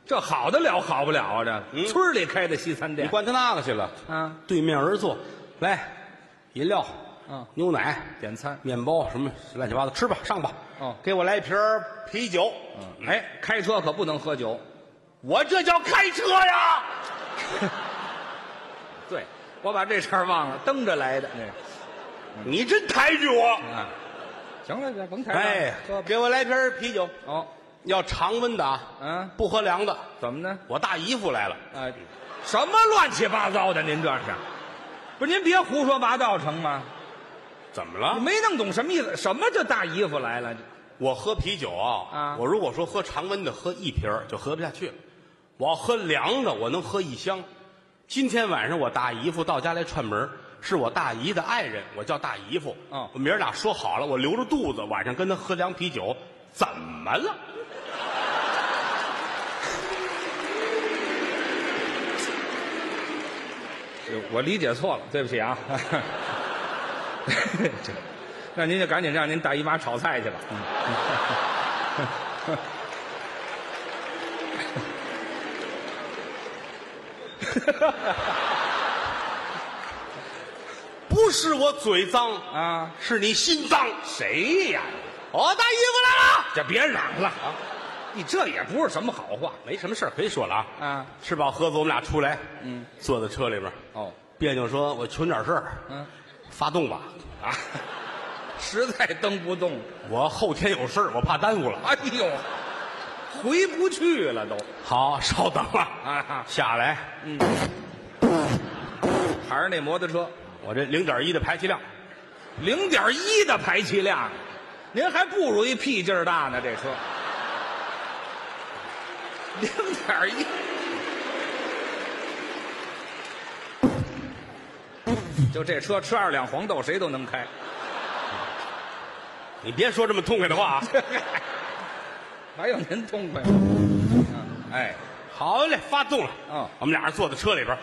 [SPEAKER 2] 这好得了，好不了啊！这、
[SPEAKER 1] 嗯
[SPEAKER 2] 村儿里开的西餐
[SPEAKER 1] 你
[SPEAKER 2] 店
[SPEAKER 1] 管他那个去了，
[SPEAKER 2] 啊，
[SPEAKER 1] 对面而坐，来，饮料，
[SPEAKER 2] 嗯
[SPEAKER 1] 牛奶，
[SPEAKER 2] 点餐
[SPEAKER 1] 面包什么乱七八糟，吃吧，上吧。
[SPEAKER 2] 哦嗯
[SPEAKER 1] 给我来一瓶儿啤酒。
[SPEAKER 2] 哎，开车可不能喝酒，
[SPEAKER 1] 我这叫开车呀！
[SPEAKER 2] 对，哎我把这茬儿忘了，蹬着来的。那嗯
[SPEAKER 1] 你真抬举我！
[SPEAKER 2] 啊，行了，别甭抬了。
[SPEAKER 1] 哎
[SPEAKER 2] 喝，啊吧
[SPEAKER 1] 给我来瓶儿啤酒，
[SPEAKER 2] 哦，
[SPEAKER 1] 要常温的啊，
[SPEAKER 2] 嗯，
[SPEAKER 1] 不喝凉的。
[SPEAKER 2] 怎么呢？
[SPEAKER 1] 我大姨夫来了，
[SPEAKER 2] 啊，什么乱七八糟的？您这是，不是您别胡说八道成吗？
[SPEAKER 1] 怎么
[SPEAKER 2] 你
[SPEAKER 1] 了？
[SPEAKER 2] 没弄懂什么意思？什么叫大姨夫来了？
[SPEAKER 1] 我喝啤酒啊，
[SPEAKER 2] 啊
[SPEAKER 1] 我如果说喝常温的，喝一瓶儿就喝不下去了。我要喝凉的，我能喝一箱。今天晚上我大姨夫到家来串门儿，是我大姨的爱人，我叫大姨夫。
[SPEAKER 2] 哦
[SPEAKER 1] 我明儿俩说好了，我留着肚子，晚上跟他喝凉啤酒。怎么了？
[SPEAKER 2] 我理解错了，对不起 *laughs* 啊。这那您就赶紧让您大姨妈炒菜去吧。
[SPEAKER 1] 不是我嘴脏，
[SPEAKER 2] 啊，
[SPEAKER 1] 是你心脏。
[SPEAKER 2] 谁呀？
[SPEAKER 1] 我大姨夫来了，
[SPEAKER 2] 这别嚷了啊！你这也不是什么好话
[SPEAKER 1] 没什么事儿可以说了啊。
[SPEAKER 2] 啊。
[SPEAKER 1] 吃饱喝足，我们俩出来，嗯，坐在车里边儿，
[SPEAKER 2] 哦，
[SPEAKER 1] 别扭说：“我求你点事儿，
[SPEAKER 2] 嗯
[SPEAKER 1] 发动吧，
[SPEAKER 2] 啊，实在蹬不动。
[SPEAKER 1] 我后天有事儿，我怕耽误了。
[SPEAKER 2] 哎呦，回不去了都”
[SPEAKER 1] 好，稍等啊，
[SPEAKER 2] 啊！
[SPEAKER 1] 下来，
[SPEAKER 2] 还是那摩托车，
[SPEAKER 1] 我这零点一的排气量，
[SPEAKER 2] 零点一的排气量，您还不如一屁劲儿大呢。这车，零点一，就这车吃二两黄豆谁都能开，
[SPEAKER 1] 你别说这么痛快的
[SPEAKER 2] *laughs*
[SPEAKER 1] 话啊。
[SPEAKER 2] 哪有您痛快？哎， *laughs*
[SPEAKER 1] 好嘞，发动了，
[SPEAKER 2] 嗯
[SPEAKER 1] 我们俩人坐在车里边儿，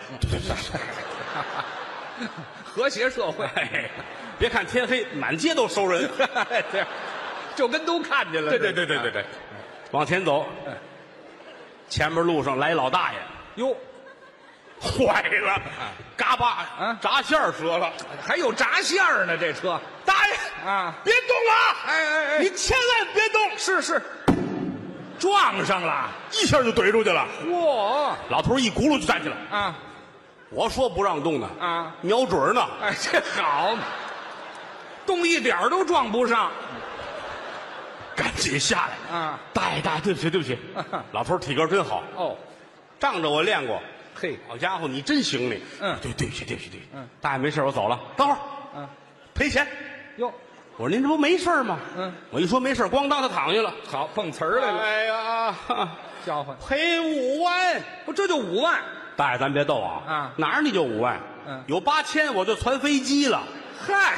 [SPEAKER 2] 和谐社会， *laughs*
[SPEAKER 1] 哎，别看天黑，满街都熟人。
[SPEAKER 2] 对，就跟都看见了。
[SPEAKER 1] 对对对对对对，往前走
[SPEAKER 2] 嗯，
[SPEAKER 1] 前面路上来老大爷，
[SPEAKER 2] 哟，
[SPEAKER 1] 坏了，嘎巴
[SPEAKER 2] 嗯，
[SPEAKER 1] 炸线儿折了，
[SPEAKER 2] 还有炸馅儿呢，这车。
[SPEAKER 1] 大爷
[SPEAKER 2] 啊
[SPEAKER 1] 别动啊！
[SPEAKER 2] 哎哎哎
[SPEAKER 1] 你千万别动，
[SPEAKER 2] 是是，撞上了，
[SPEAKER 1] 一下就怼出去了。
[SPEAKER 2] 嚯
[SPEAKER 1] 老头一轱辘就站起来，
[SPEAKER 2] 啊！
[SPEAKER 1] 我说不让动呢，
[SPEAKER 2] 啊
[SPEAKER 1] 瞄准
[SPEAKER 2] *laughs*
[SPEAKER 1] 儿呢，
[SPEAKER 2] 哎，这好嘛，动一点儿都撞不上
[SPEAKER 1] 赶紧下来。
[SPEAKER 2] 啊！
[SPEAKER 1] 大爷大爷，对不起对不起
[SPEAKER 2] 啊，
[SPEAKER 1] 老头体格真好，
[SPEAKER 2] 哦，
[SPEAKER 1] 仗着我练过。
[SPEAKER 2] 嘿，
[SPEAKER 1] 好家伙，你真行你。
[SPEAKER 2] 嗯
[SPEAKER 1] 对对不起对不起对不起。
[SPEAKER 2] 嗯，
[SPEAKER 1] 大爷没事，我走了。等会儿
[SPEAKER 2] 嗯，
[SPEAKER 1] 赔钱。
[SPEAKER 2] 哟，
[SPEAKER 1] 我说您这不没事儿吗？
[SPEAKER 2] 嗯，
[SPEAKER 1] 我一说没事儿，咣当他躺下了。
[SPEAKER 2] 好，碰瓷儿来了，
[SPEAKER 1] 哎呀，哈
[SPEAKER 2] 叫唤，
[SPEAKER 1] *laughs* 赔五万。
[SPEAKER 2] 不，这就五万，
[SPEAKER 1] 大爷，咱别逗啊！
[SPEAKER 2] 啊
[SPEAKER 1] 哪儿你就五万？
[SPEAKER 2] 嗯
[SPEAKER 1] 有八千我就传飞机了。
[SPEAKER 2] 嗨，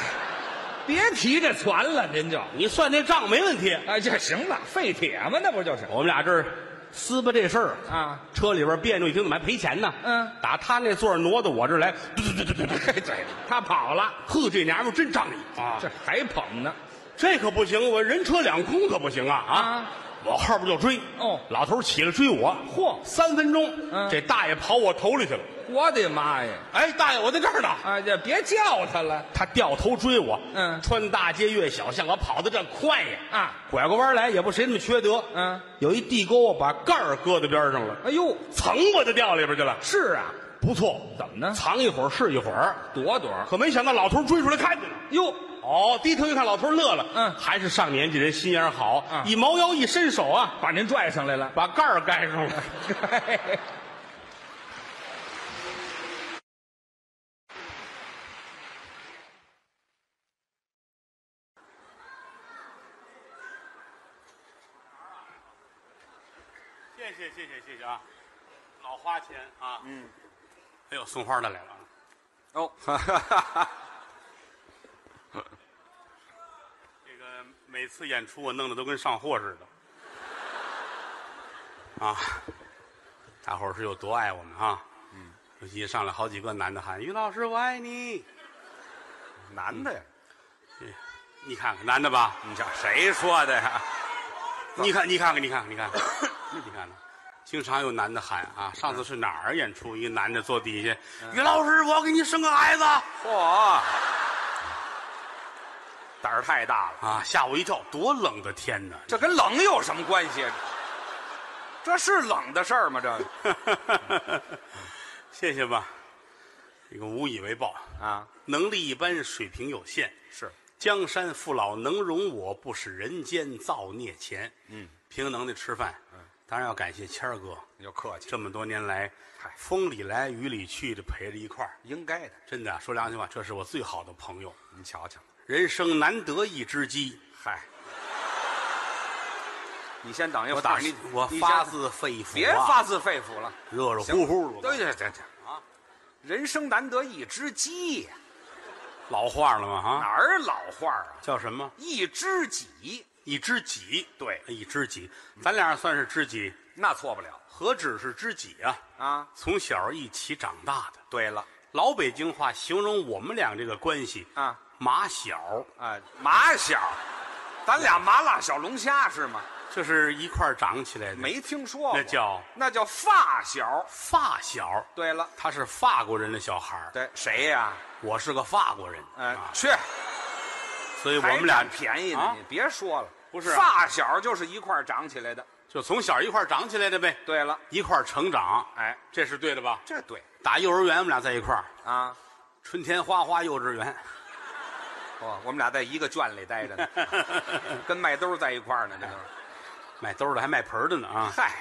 [SPEAKER 2] 别提这船了，您就，
[SPEAKER 1] 你算这账没问题。
[SPEAKER 2] 哎，这行了，废铁嘛，那不就是
[SPEAKER 1] 我们俩这儿撕巴这事儿，
[SPEAKER 2] 啊？
[SPEAKER 1] 车里边别扭，一听怎么还赔钱呢？
[SPEAKER 2] 嗯
[SPEAKER 1] 打他那座儿挪到我这儿
[SPEAKER 2] *laughs*
[SPEAKER 1] 来，嘟嘟嘟嘟嘟嘟，
[SPEAKER 2] 嘿，对，他跑了，
[SPEAKER 1] 呵，这娘们儿真仗义啊！
[SPEAKER 2] 这还捧呢，
[SPEAKER 1] 这可不行，我人车两空可不行啊啊
[SPEAKER 2] 啊！
[SPEAKER 1] 我后边就追，
[SPEAKER 2] 哦
[SPEAKER 1] 老头儿起来追我，
[SPEAKER 2] 嚯
[SPEAKER 1] 三分钟，
[SPEAKER 2] 嗯
[SPEAKER 1] 这大爷跑我头里去了。
[SPEAKER 2] 我的妈呀！
[SPEAKER 1] 哎，大爷，我在这儿呢。
[SPEAKER 2] 啊，这别叫他了
[SPEAKER 1] 他掉头追我，
[SPEAKER 2] 嗯
[SPEAKER 1] 穿大街越小巷，我跑得这快呀，
[SPEAKER 2] 啊！
[SPEAKER 1] 拐过弯来也不谁那么缺德，
[SPEAKER 2] 嗯，
[SPEAKER 1] 有一地沟啊，把盖儿搁在边上了，
[SPEAKER 2] 哎呦，
[SPEAKER 1] 噌我就掉里边去了，
[SPEAKER 2] 是啊，
[SPEAKER 1] 不错，
[SPEAKER 2] 怎么呢
[SPEAKER 1] 藏一会儿是一会儿，
[SPEAKER 2] 朵朵，
[SPEAKER 1] 可没想到老头追出来看见了。
[SPEAKER 2] 哟，
[SPEAKER 1] 哦，低头一看，老头乐了，
[SPEAKER 2] 嗯
[SPEAKER 1] 还是上年纪人心眼儿好，
[SPEAKER 2] 啊
[SPEAKER 1] 一猫腰一伸手啊，
[SPEAKER 2] 把您拽上来了。
[SPEAKER 1] 把盖儿盖上了。 *laughs* 谢谢谢谢谢谢啊，老花钱啊，嗯，哎呦，送花的来了啊，
[SPEAKER 2] 哦，
[SPEAKER 1] *laughs* 这个每次演出我弄得都跟上货似的，啊，大伙儿是有多爱我们啊？尤其上来好几个男的喊于老师我爱你，嗯
[SPEAKER 3] 男的呀？
[SPEAKER 1] 你看看男的吧，
[SPEAKER 3] 你这谁说的呀？
[SPEAKER 1] 你看你看看你看看你看 *coughs* 看你看看，经常有男的喊啊，上次是哪儿演出？一个男的坐底下，
[SPEAKER 3] 嗯
[SPEAKER 1] 于老师我要给你生个孩子
[SPEAKER 3] 嚯、胆儿太大了，
[SPEAKER 1] 啊，吓我一跳，多冷的天呐！，
[SPEAKER 3] 这跟冷有什么
[SPEAKER 2] 啊
[SPEAKER 3] 关系？这是冷的事儿吗？这个
[SPEAKER 1] *laughs* 谢谢吧。这个无以为报，
[SPEAKER 2] 啊，
[SPEAKER 1] 能力一般，水平有限。
[SPEAKER 2] 是
[SPEAKER 1] 江山父老能容我，不使人间造孽钱。
[SPEAKER 2] 嗯，
[SPEAKER 1] 凭能耐吃饭。嗯，当然要感谢谦儿哥，
[SPEAKER 2] 你就客气，
[SPEAKER 1] 这么多年来
[SPEAKER 2] 嗨，
[SPEAKER 1] 风里来雨里去的陪着一块儿。
[SPEAKER 2] 应该的。
[SPEAKER 1] 真的，说良心话，这是我最好的朋友，
[SPEAKER 2] 您瞧瞧，
[SPEAKER 1] 人生难得一知己。
[SPEAKER 2] 嗨，你先等一会
[SPEAKER 1] 我
[SPEAKER 2] 儿，
[SPEAKER 1] 打
[SPEAKER 2] 你
[SPEAKER 1] 我
[SPEAKER 2] 你
[SPEAKER 1] 发
[SPEAKER 2] 先
[SPEAKER 1] 自肺腑、啊，
[SPEAKER 2] 别发自肺腑了，
[SPEAKER 1] 热热乎乎的。我
[SPEAKER 2] 对对对对啊，人生难得一知己呀，
[SPEAKER 1] 老话了吗？
[SPEAKER 2] 哪
[SPEAKER 1] 啊，
[SPEAKER 2] 儿老话啊？
[SPEAKER 1] 叫什么？
[SPEAKER 2] 一知己，
[SPEAKER 1] 一知己，
[SPEAKER 2] 对
[SPEAKER 1] 一知己，咱俩算是知己，
[SPEAKER 2] 那错不了
[SPEAKER 1] 何止是知己啊？
[SPEAKER 2] 啊。
[SPEAKER 1] 从小一起长大的，
[SPEAKER 2] 对了
[SPEAKER 1] 老北京话形容我们俩这个关系，
[SPEAKER 2] 啊
[SPEAKER 1] 马小，
[SPEAKER 2] 啊，麻小，咱俩麻辣小龙虾是吗？
[SPEAKER 1] 这是一块儿长起来的，
[SPEAKER 2] 没听说过，
[SPEAKER 1] 那叫
[SPEAKER 2] 那叫发小。
[SPEAKER 1] 发小，
[SPEAKER 2] 对了，
[SPEAKER 1] 他是法国人的小孩儿
[SPEAKER 2] 对谁呀、
[SPEAKER 1] 我是个法国人，
[SPEAKER 2] 嗯、
[SPEAKER 1] 啊
[SPEAKER 2] 去，
[SPEAKER 1] 所以我
[SPEAKER 2] 我
[SPEAKER 1] 们俩
[SPEAKER 2] 便宜呢，
[SPEAKER 1] 啊
[SPEAKER 2] 你别说了，
[SPEAKER 1] 不是啊
[SPEAKER 2] 发小就是一块儿长起来的。
[SPEAKER 1] 就从小一块儿长起来的呗，
[SPEAKER 2] 对了，
[SPEAKER 1] 一块儿成长，
[SPEAKER 2] 哎，
[SPEAKER 1] 这是对的吧？
[SPEAKER 2] 这对
[SPEAKER 1] 打幼儿园我们俩在一块儿，
[SPEAKER 2] 啊，
[SPEAKER 1] 春天花花幼稚园， *laughs*
[SPEAKER 2] 哦，我们俩在一个圈里待着呢，跟麦兜在一块儿呢，这都是。
[SPEAKER 1] 卖兜儿的还卖盆儿的呢啊！
[SPEAKER 2] 嗨，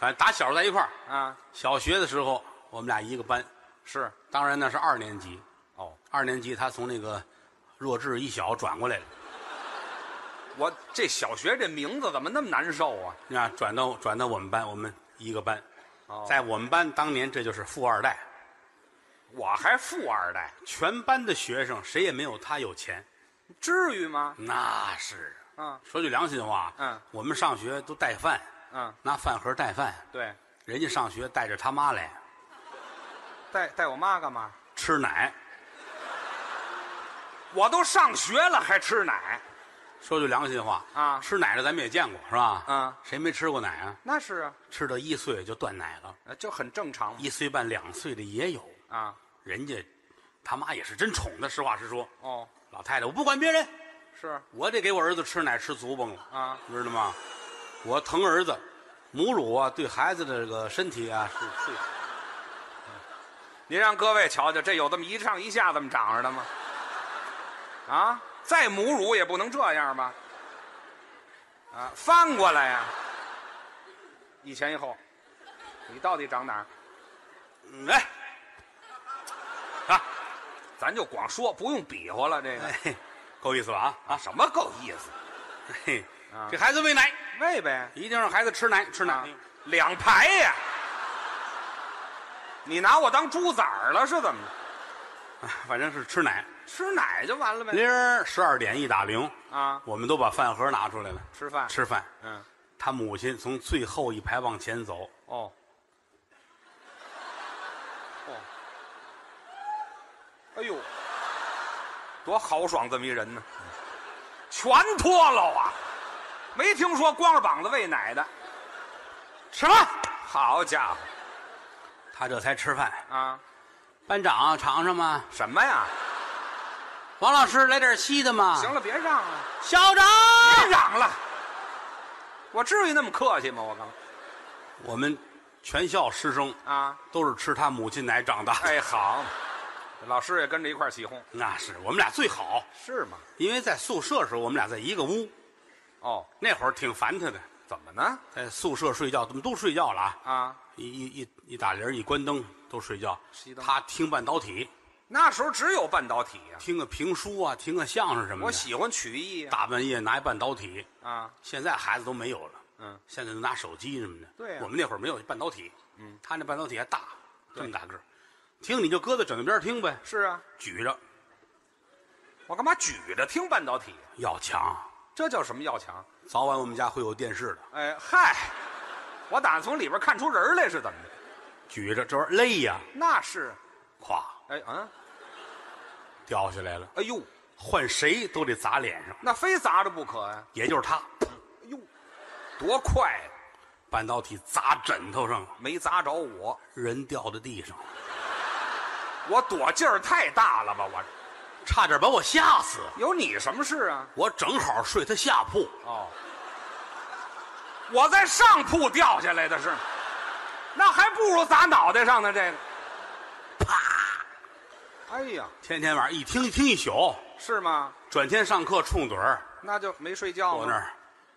[SPEAKER 1] 反正打小在一块儿，
[SPEAKER 2] 啊，
[SPEAKER 1] 小学的时候我们俩一个班，
[SPEAKER 2] 是，
[SPEAKER 1] 当然那是二年级，
[SPEAKER 2] 哦，
[SPEAKER 1] 二年级他从那个弱智一小转过来了，
[SPEAKER 2] 我这小学这名字怎么那么难受啊？
[SPEAKER 1] 啊，转到转到我们班，我们一个班，
[SPEAKER 2] 哦
[SPEAKER 1] 在我们班当年这就是富二代，
[SPEAKER 2] 我还富二代，
[SPEAKER 1] 全班的学生谁也没有他有钱，
[SPEAKER 2] 至于吗？
[SPEAKER 1] 那是。
[SPEAKER 2] 嗯
[SPEAKER 1] 说句良心话，
[SPEAKER 2] 嗯，
[SPEAKER 1] 我们上学都带饭，
[SPEAKER 2] 嗯，
[SPEAKER 1] 拿饭盒带饭，
[SPEAKER 2] 对，
[SPEAKER 1] 人家上学带着他妈来
[SPEAKER 2] 带带我妈干嘛？
[SPEAKER 1] 吃奶。
[SPEAKER 2] 我都上学了还吃奶，
[SPEAKER 1] 说句良心话
[SPEAKER 2] 啊
[SPEAKER 1] 吃奶的咱们也见过是吧？
[SPEAKER 2] 嗯
[SPEAKER 1] 谁没吃过奶啊？
[SPEAKER 2] 那是啊，
[SPEAKER 1] 吃到一岁就断奶了，
[SPEAKER 2] 呃就很正常嘛
[SPEAKER 1] 一岁半、两岁的也有。
[SPEAKER 2] 啊。
[SPEAKER 1] 人家他妈也是真宠的，实话实说。
[SPEAKER 2] 哦，
[SPEAKER 1] 老太太，我不管别人，
[SPEAKER 2] 是
[SPEAKER 1] 我得给我儿子吃奶吃足崩了，
[SPEAKER 2] 啊，
[SPEAKER 1] 知道吗？我疼儿子，母乳啊，对孩子的这个身体啊是是。
[SPEAKER 2] 您让各位瞧瞧，这有这么一上一下这么长着的吗？啊，再母乳也不能这样吧？啊，翻过来呀、一前一后，你到底长哪儿？
[SPEAKER 1] 嗯来，
[SPEAKER 2] 咱就光说，不用比划了。这个、
[SPEAKER 1] 哎，够意思了啊啊！
[SPEAKER 2] 什么够意思？
[SPEAKER 1] 嘿
[SPEAKER 2] 啊，
[SPEAKER 1] 给孩子喂奶，
[SPEAKER 2] 喂呗，
[SPEAKER 1] 一定让孩子吃奶，吃
[SPEAKER 2] 啊
[SPEAKER 1] 奶。
[SPEAKER 2] 两排呀、你拿我当猪崽儿了是怎么着？
[SPEAKER 1] 反正是吃奶。
[SPEAKER 2] 吃奶就完了呗。
[SPEAKER 1] 铃儿十二点一打铃，
[SPEAKER 2] 啊，
[SPEAKER 1] 我们都把饭盒拿出来了，
[SPEAKER 2] 吃饭。
[SPEAKER 1] 吃饭。
[SPEAKER 2] 嗯，
[SPEAKER 1] 他母亲从最后一排往前走，
[SPEAKER 2] 哦，哦，哎呦，多豪爽这么一人呢，全脱了啊！没听说光着膀子喂奶的，
[SPEAKER 1] 吃饭，
[SPEAKER 2] 好家伙
[SPEAKER 1] 他这才吃饭。
[SPEAKER 2] 啊！
[SPEAKER 1] 班长尝尝吗？
[SPEAKER 2] 什么呀？
[SPEAKER 1] 王老师来点稀的吗？
[SPEAKER 2] 行，了，哎别让了，
[SPEAKER 1] 校长。
[SPEAKER 2] 别嚷了，我至于那么客气吗？我刚
[SPEAKER 1] 我们全校师生
[SPEAKER 2] 啊，
[SPEAKER 1] 都是吃他母亲奶长大的，
[SPEAKER 2] 哎，好，老师也跟着一块儿起哄，
[SPEAKER 1] 那是我们俩最好，
[SPEAKER 2] 是吗？
[SPEAKER 1] 因为在宿舍的时候我们俩在一个屋，
[SPEAKER 2] 哦，
[SPEAKER 1] 那会儿挺烦他的，
[SPEAKER 2] 怎么呢？
[SPEAKER 1] 在宿舍睡觉，怎么都睡觉了啊？
[SPEAKER 2] 啊，
[SPEAKER 1] 一一一一打铃儿一关灯都睡觉
[SPEAKER 2] 熄，灯
[SPEAKER 1] 他听半导体，
[SPEAKER 2] 那时候只有半导体呀、
[SPEAKER 1] 听个评书啊，听个相声什么
[SPEAKER 2] 我
[SPEAKER 1] 的。
[SPEAKER 2] 喜欢曲艺呀、
[SPEAKER 1] 大半夜拿一半导体，
[SPEAKER 2] 啊，
[SPEAKER 1] 现在孩子都没有了，
[SPEAKER 2] 嗯，
[SPEAKER 1] 现在都拿手机什么的。
[SPEAKER 2] 对呀
[SPEAKER 1] 我们那会儿没有半导体，嗯，他那半导体还大，这么大个儿，听你就搁在枕头边儿听呗，
[SPEAKER 2] 是啊，
[SPEAKER 1] 举着
[SPEAKER 2] 我干嘛举着听半导体？
[SPEAKER 1] 要强，
[SPEAKER 2] 这叫什么要强？
[SPEAKER 1] 早晚我们家会有电视的，
[SPEAKER 2] 哎嗨，我打算从里边看出人儿来是怎么的？
[SPEAKER 1] 举着这玩意儿累呀，
[SPEAKER 2] 那是，
[SPEAKER 1] 咵
[SPEAKER 2] 哎嗯，
[SPEAKER 1] 掉下来了，
[SPEAKER 2] 哎呦，
[SPEAKER 1] 换谁都得砸脸上，
[SPEAKER 2] 那非砸着不可呀、
[SPEAKER 1] 也就是他，
[SPEAKER 2] 哎呦，多快呀、
[SPEAKER 1] 半导体砸枕头上，
[SPEAKER 2] 没砸着我，
[SPEAKER 1] 人掉在地上。
[SPEAKER 2] 我躲劲儿太大了吧？我
[SPEAKER 1] 差点把我吓死。
[SPEAKER 2] 有你什么事啊？
[SPEAKER 1] 我正好睡他下铺，
[SPEAKER 2] 哦，我在上铺掉下来的是，那还不如砸脑袋上呢。这个哎呀，
[SPEAKER 1] 天天晚上一听一听一宿，
[SPEAKER 2] 是吗？
[SPEAKER 1] 转天上课冲盹儿，
[SPEAKER 2] 那就没睡觉
[SPEAKER 1] 我那
[SPEAKER 2] 吗？
[SPEAKER 1] 儿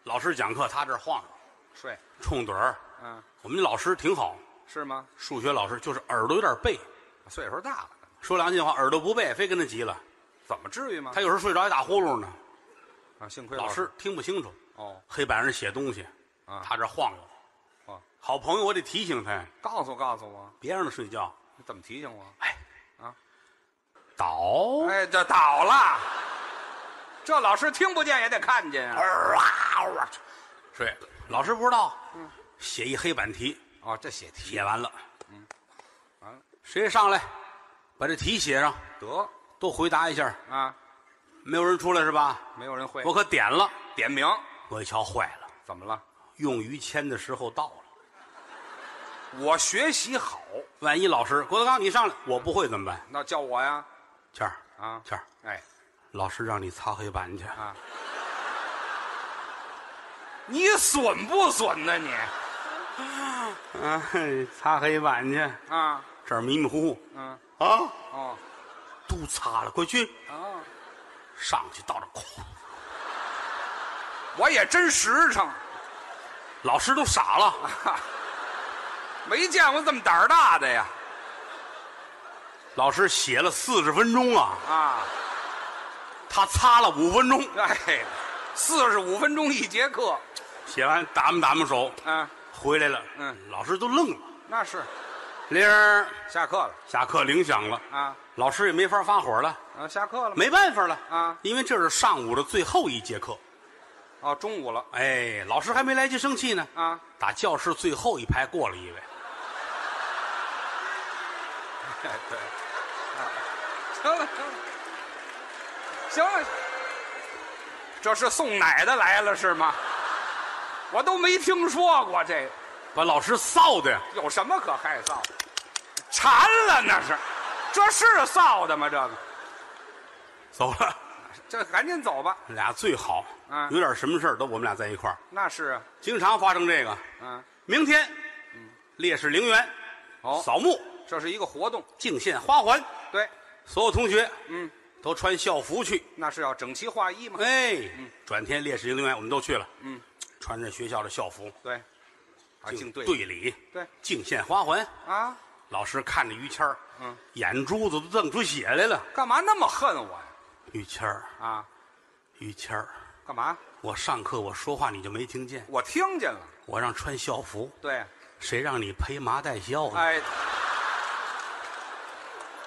[SPEAKER 1] 老师讲课，他这儿晃悠
[SPEAKER 2] 睡，
[SPEAKER 1] 冲盹儿。
[SPEAKER 2] 嗯，
[SPEAKER 1] 我们老师挺好，
[SPEAKER 2] 是吗？
[SPEAKER 1] 数学老师就是耳朵有点背，
[SPEAKER 2] 岁数大了，
[SPEAKER 1] 说良心话，耳朵不背，非跟他急了。
[SPEAKER 2] 怎么至于吗
[SPEAKER 1] 他？有时候睡着还打呼噜呢，
[SPEAKER 2] 啊，幸亏
[SPEAKER 1] 老师听不清楚，
[SPEAKER 2] 哦，
[SPEAKER 1] 黑板上写东西，
[SPEAKER 2] 啊
[SPEAKER 1] 他这儿晃悠。
[SPEAKER 2] 哦
[SPEAKER 1] 好朋友，我得提醒他，
[SPEAKER 2] 告诉告诉我，
[SPEAKER 1] 别让他睡觉。
[SPEAKER 2] 你怎么提醒我？
[SPEAKER 1] 哎，
[SPEAKER 2] 啊，
[SPEAKER 1] 倒，
[SPEAKER 2] 哎，这倒了，这老师听不见也得看见啊。
[SPEAKER 1] 儿啊嗷啊睡。老师不知道，
[SPEAKER 2] 嗯
[SPEAKER 1] 写一黑板题，
[SPEAKER 2] 哦，这写题
[SPEAKER 1] 写完了，
[SPEAKER 2] 嗯完了
[SPEAKER 1] 谁上来把这题写上，
[SPEAKER 2] 得
[SPEAKER 1] 都回答一下。
[SPEAKER 2] 啊，
[SPEAKER 1] 没有人出来是吧？
[SPEAKER 2] 没有人会
[SPEAKER 1] 我可点了，
[SPEAKER 2] 点名，
[SPEAKER 1] 我一瞧坏了，
[SPEAKER 2] 怎么了？
[SPEAKER 1] 用于谦的时候到了。
[SPEAKER 2] 我学习好，
[SPEAKER 1] 万一老师郭德纲你上来，我不会怎么办？
[SPEAKER 2] 那叫我呀
[SPEAKER 1] 谦儿，
[SPEAKER 2] 啊，
[SPEAKER 1] 谦儿，
[SPEAKER 2] 哎
[SPEAKER 1] 老师让你擦黑板去。
[SPEAKER 2] 啊，你损不损呢你？
[SPEAKER 1] 啊，嘿 *laughs* 擦黑板去，
[SPEAKER 2] 啊，
[SPEAKER 1] 这儿迷迷糊糊
[SPEAKER 2] 嗯，
[SPEAKER 1] 啊，
[SPEAKER 2] 哦，
[SPEAKER 1] 都擦了，快去
[SPEAKER 2] 哦，
[SPEAKER 1] 上去到这儿，哐，
[SPEAKER 2] 我也真实诚，
[SPEAKER 1] 老师都傻了。
[SPEAKER 2] 没见过这么胆儿大的呀
[SPEAKER 1] 老师写了四十分钟啊，
[SPEAKER 2] 啊！
[SPEAKER 1] 他擦了五分钟，
[SPEAKER 2] 哎，四十五分钟一节课，
[SPEAKER 1] 写完打们打们手，
[SPEAKER 2] 啊，
[SPEAKER 1] 回来了。
[SPEAKER 2] 嗯，
[SPEAKER 1] 老师都愣了。
[SPEAKER 2] 那是
[SPEAKER 1] 铃儿，
[SPEAKER 2] 下课了
[SPEAKER 1] 下课铃响了，
[SPEAKER 2] 啊
[SPEAKER 1] 老师也没法发火了，
[SPEAKER 2] 啊，下课了吗？
[SPEAKER 1] 没办法了
[SPEAKER 2] 啊
[SPEAKER 1] 因为这是上午的最后一节课。
[SPEAKER 2] 哦，中午了
[SPEAKER 1] 哎，老师还没来及生气呢，
[SPEAKER 2] 啊，
[SPEAKER 1] 打教室最后一排过了一位，
[SPEAKER 2] 对， *laughs* 行了行了行了，这是送奶的来了是吗？我都没听说过这个。
[SPEAKER 1] 把老师臊的呀。
[SPEAKER 2] 有什么可害臊的？馋了那是，这是臊的吗？这个，
[SPEAKER 1] 走了。
[SPEAKER 2] 这赶紧走吧。
[SPEAKER 1] 俩最好，
[SPEAKER 2] 嗯
[SPEAKER 1] 有点什么事儿都我们俩在一块儿，
[SPEAKER 2] 那是啊，
[SPEAKER 1] 经常发生这个。
[SPEAKER 2] 嗯，
[SPEAKER 1] 明天，烈士陵园，
[SPEAKER 2] 哦
[SPEAKER 1] 扫墓，
[SPEAKER 2] 这是一个活动，
[SPEAKER 1] 敬献花环，
[SPEAKER 2] 对，
[SPEAKER 1] 所有同学，
[SPEAKER 2] 嗯，
[SPEAKER 1] 都穿校服去。
[SPEAKER 2] 那是要整齐划一嘛。
[SPEAKER 1] 哎，转天烈士陵园我们都去了，
[SPEAKER 2] 嗯，
[SPEAKER 1] 穿着学校的校服，
[SPEAKER 2] 对，啊，敬队
[SPEAKER 1] 队礼，
[SPEAKER 2] 对
[SPEAKER 1] 敬献花环。
[SPEAKER 2] 啊，
[SPEAKER 1] 老师看着于谦儿，
[SPEAKER 2] 嗯，
[SPEAKER 1] 眼珠子都瞪出血来了。
[SPEAKER 2] 干嘛那么恨我呀？
[SPEAKER 1] 于谦儿，
[SPEAKER 2] 啊，
[SPEAKER 1] 于谦儿，
[SPEAKER 2] 干嘛？
[SPEAKER 1] 我上课我说话你就没听见，
[SPEAKER 2] 我听见了。
[SPEAKER 1] 我让穿校服，
[SPEAKER 2] 对，
[SPEAKER 1] 谁让你披麻戴孝呢？
[SPEAKER 2] 哎，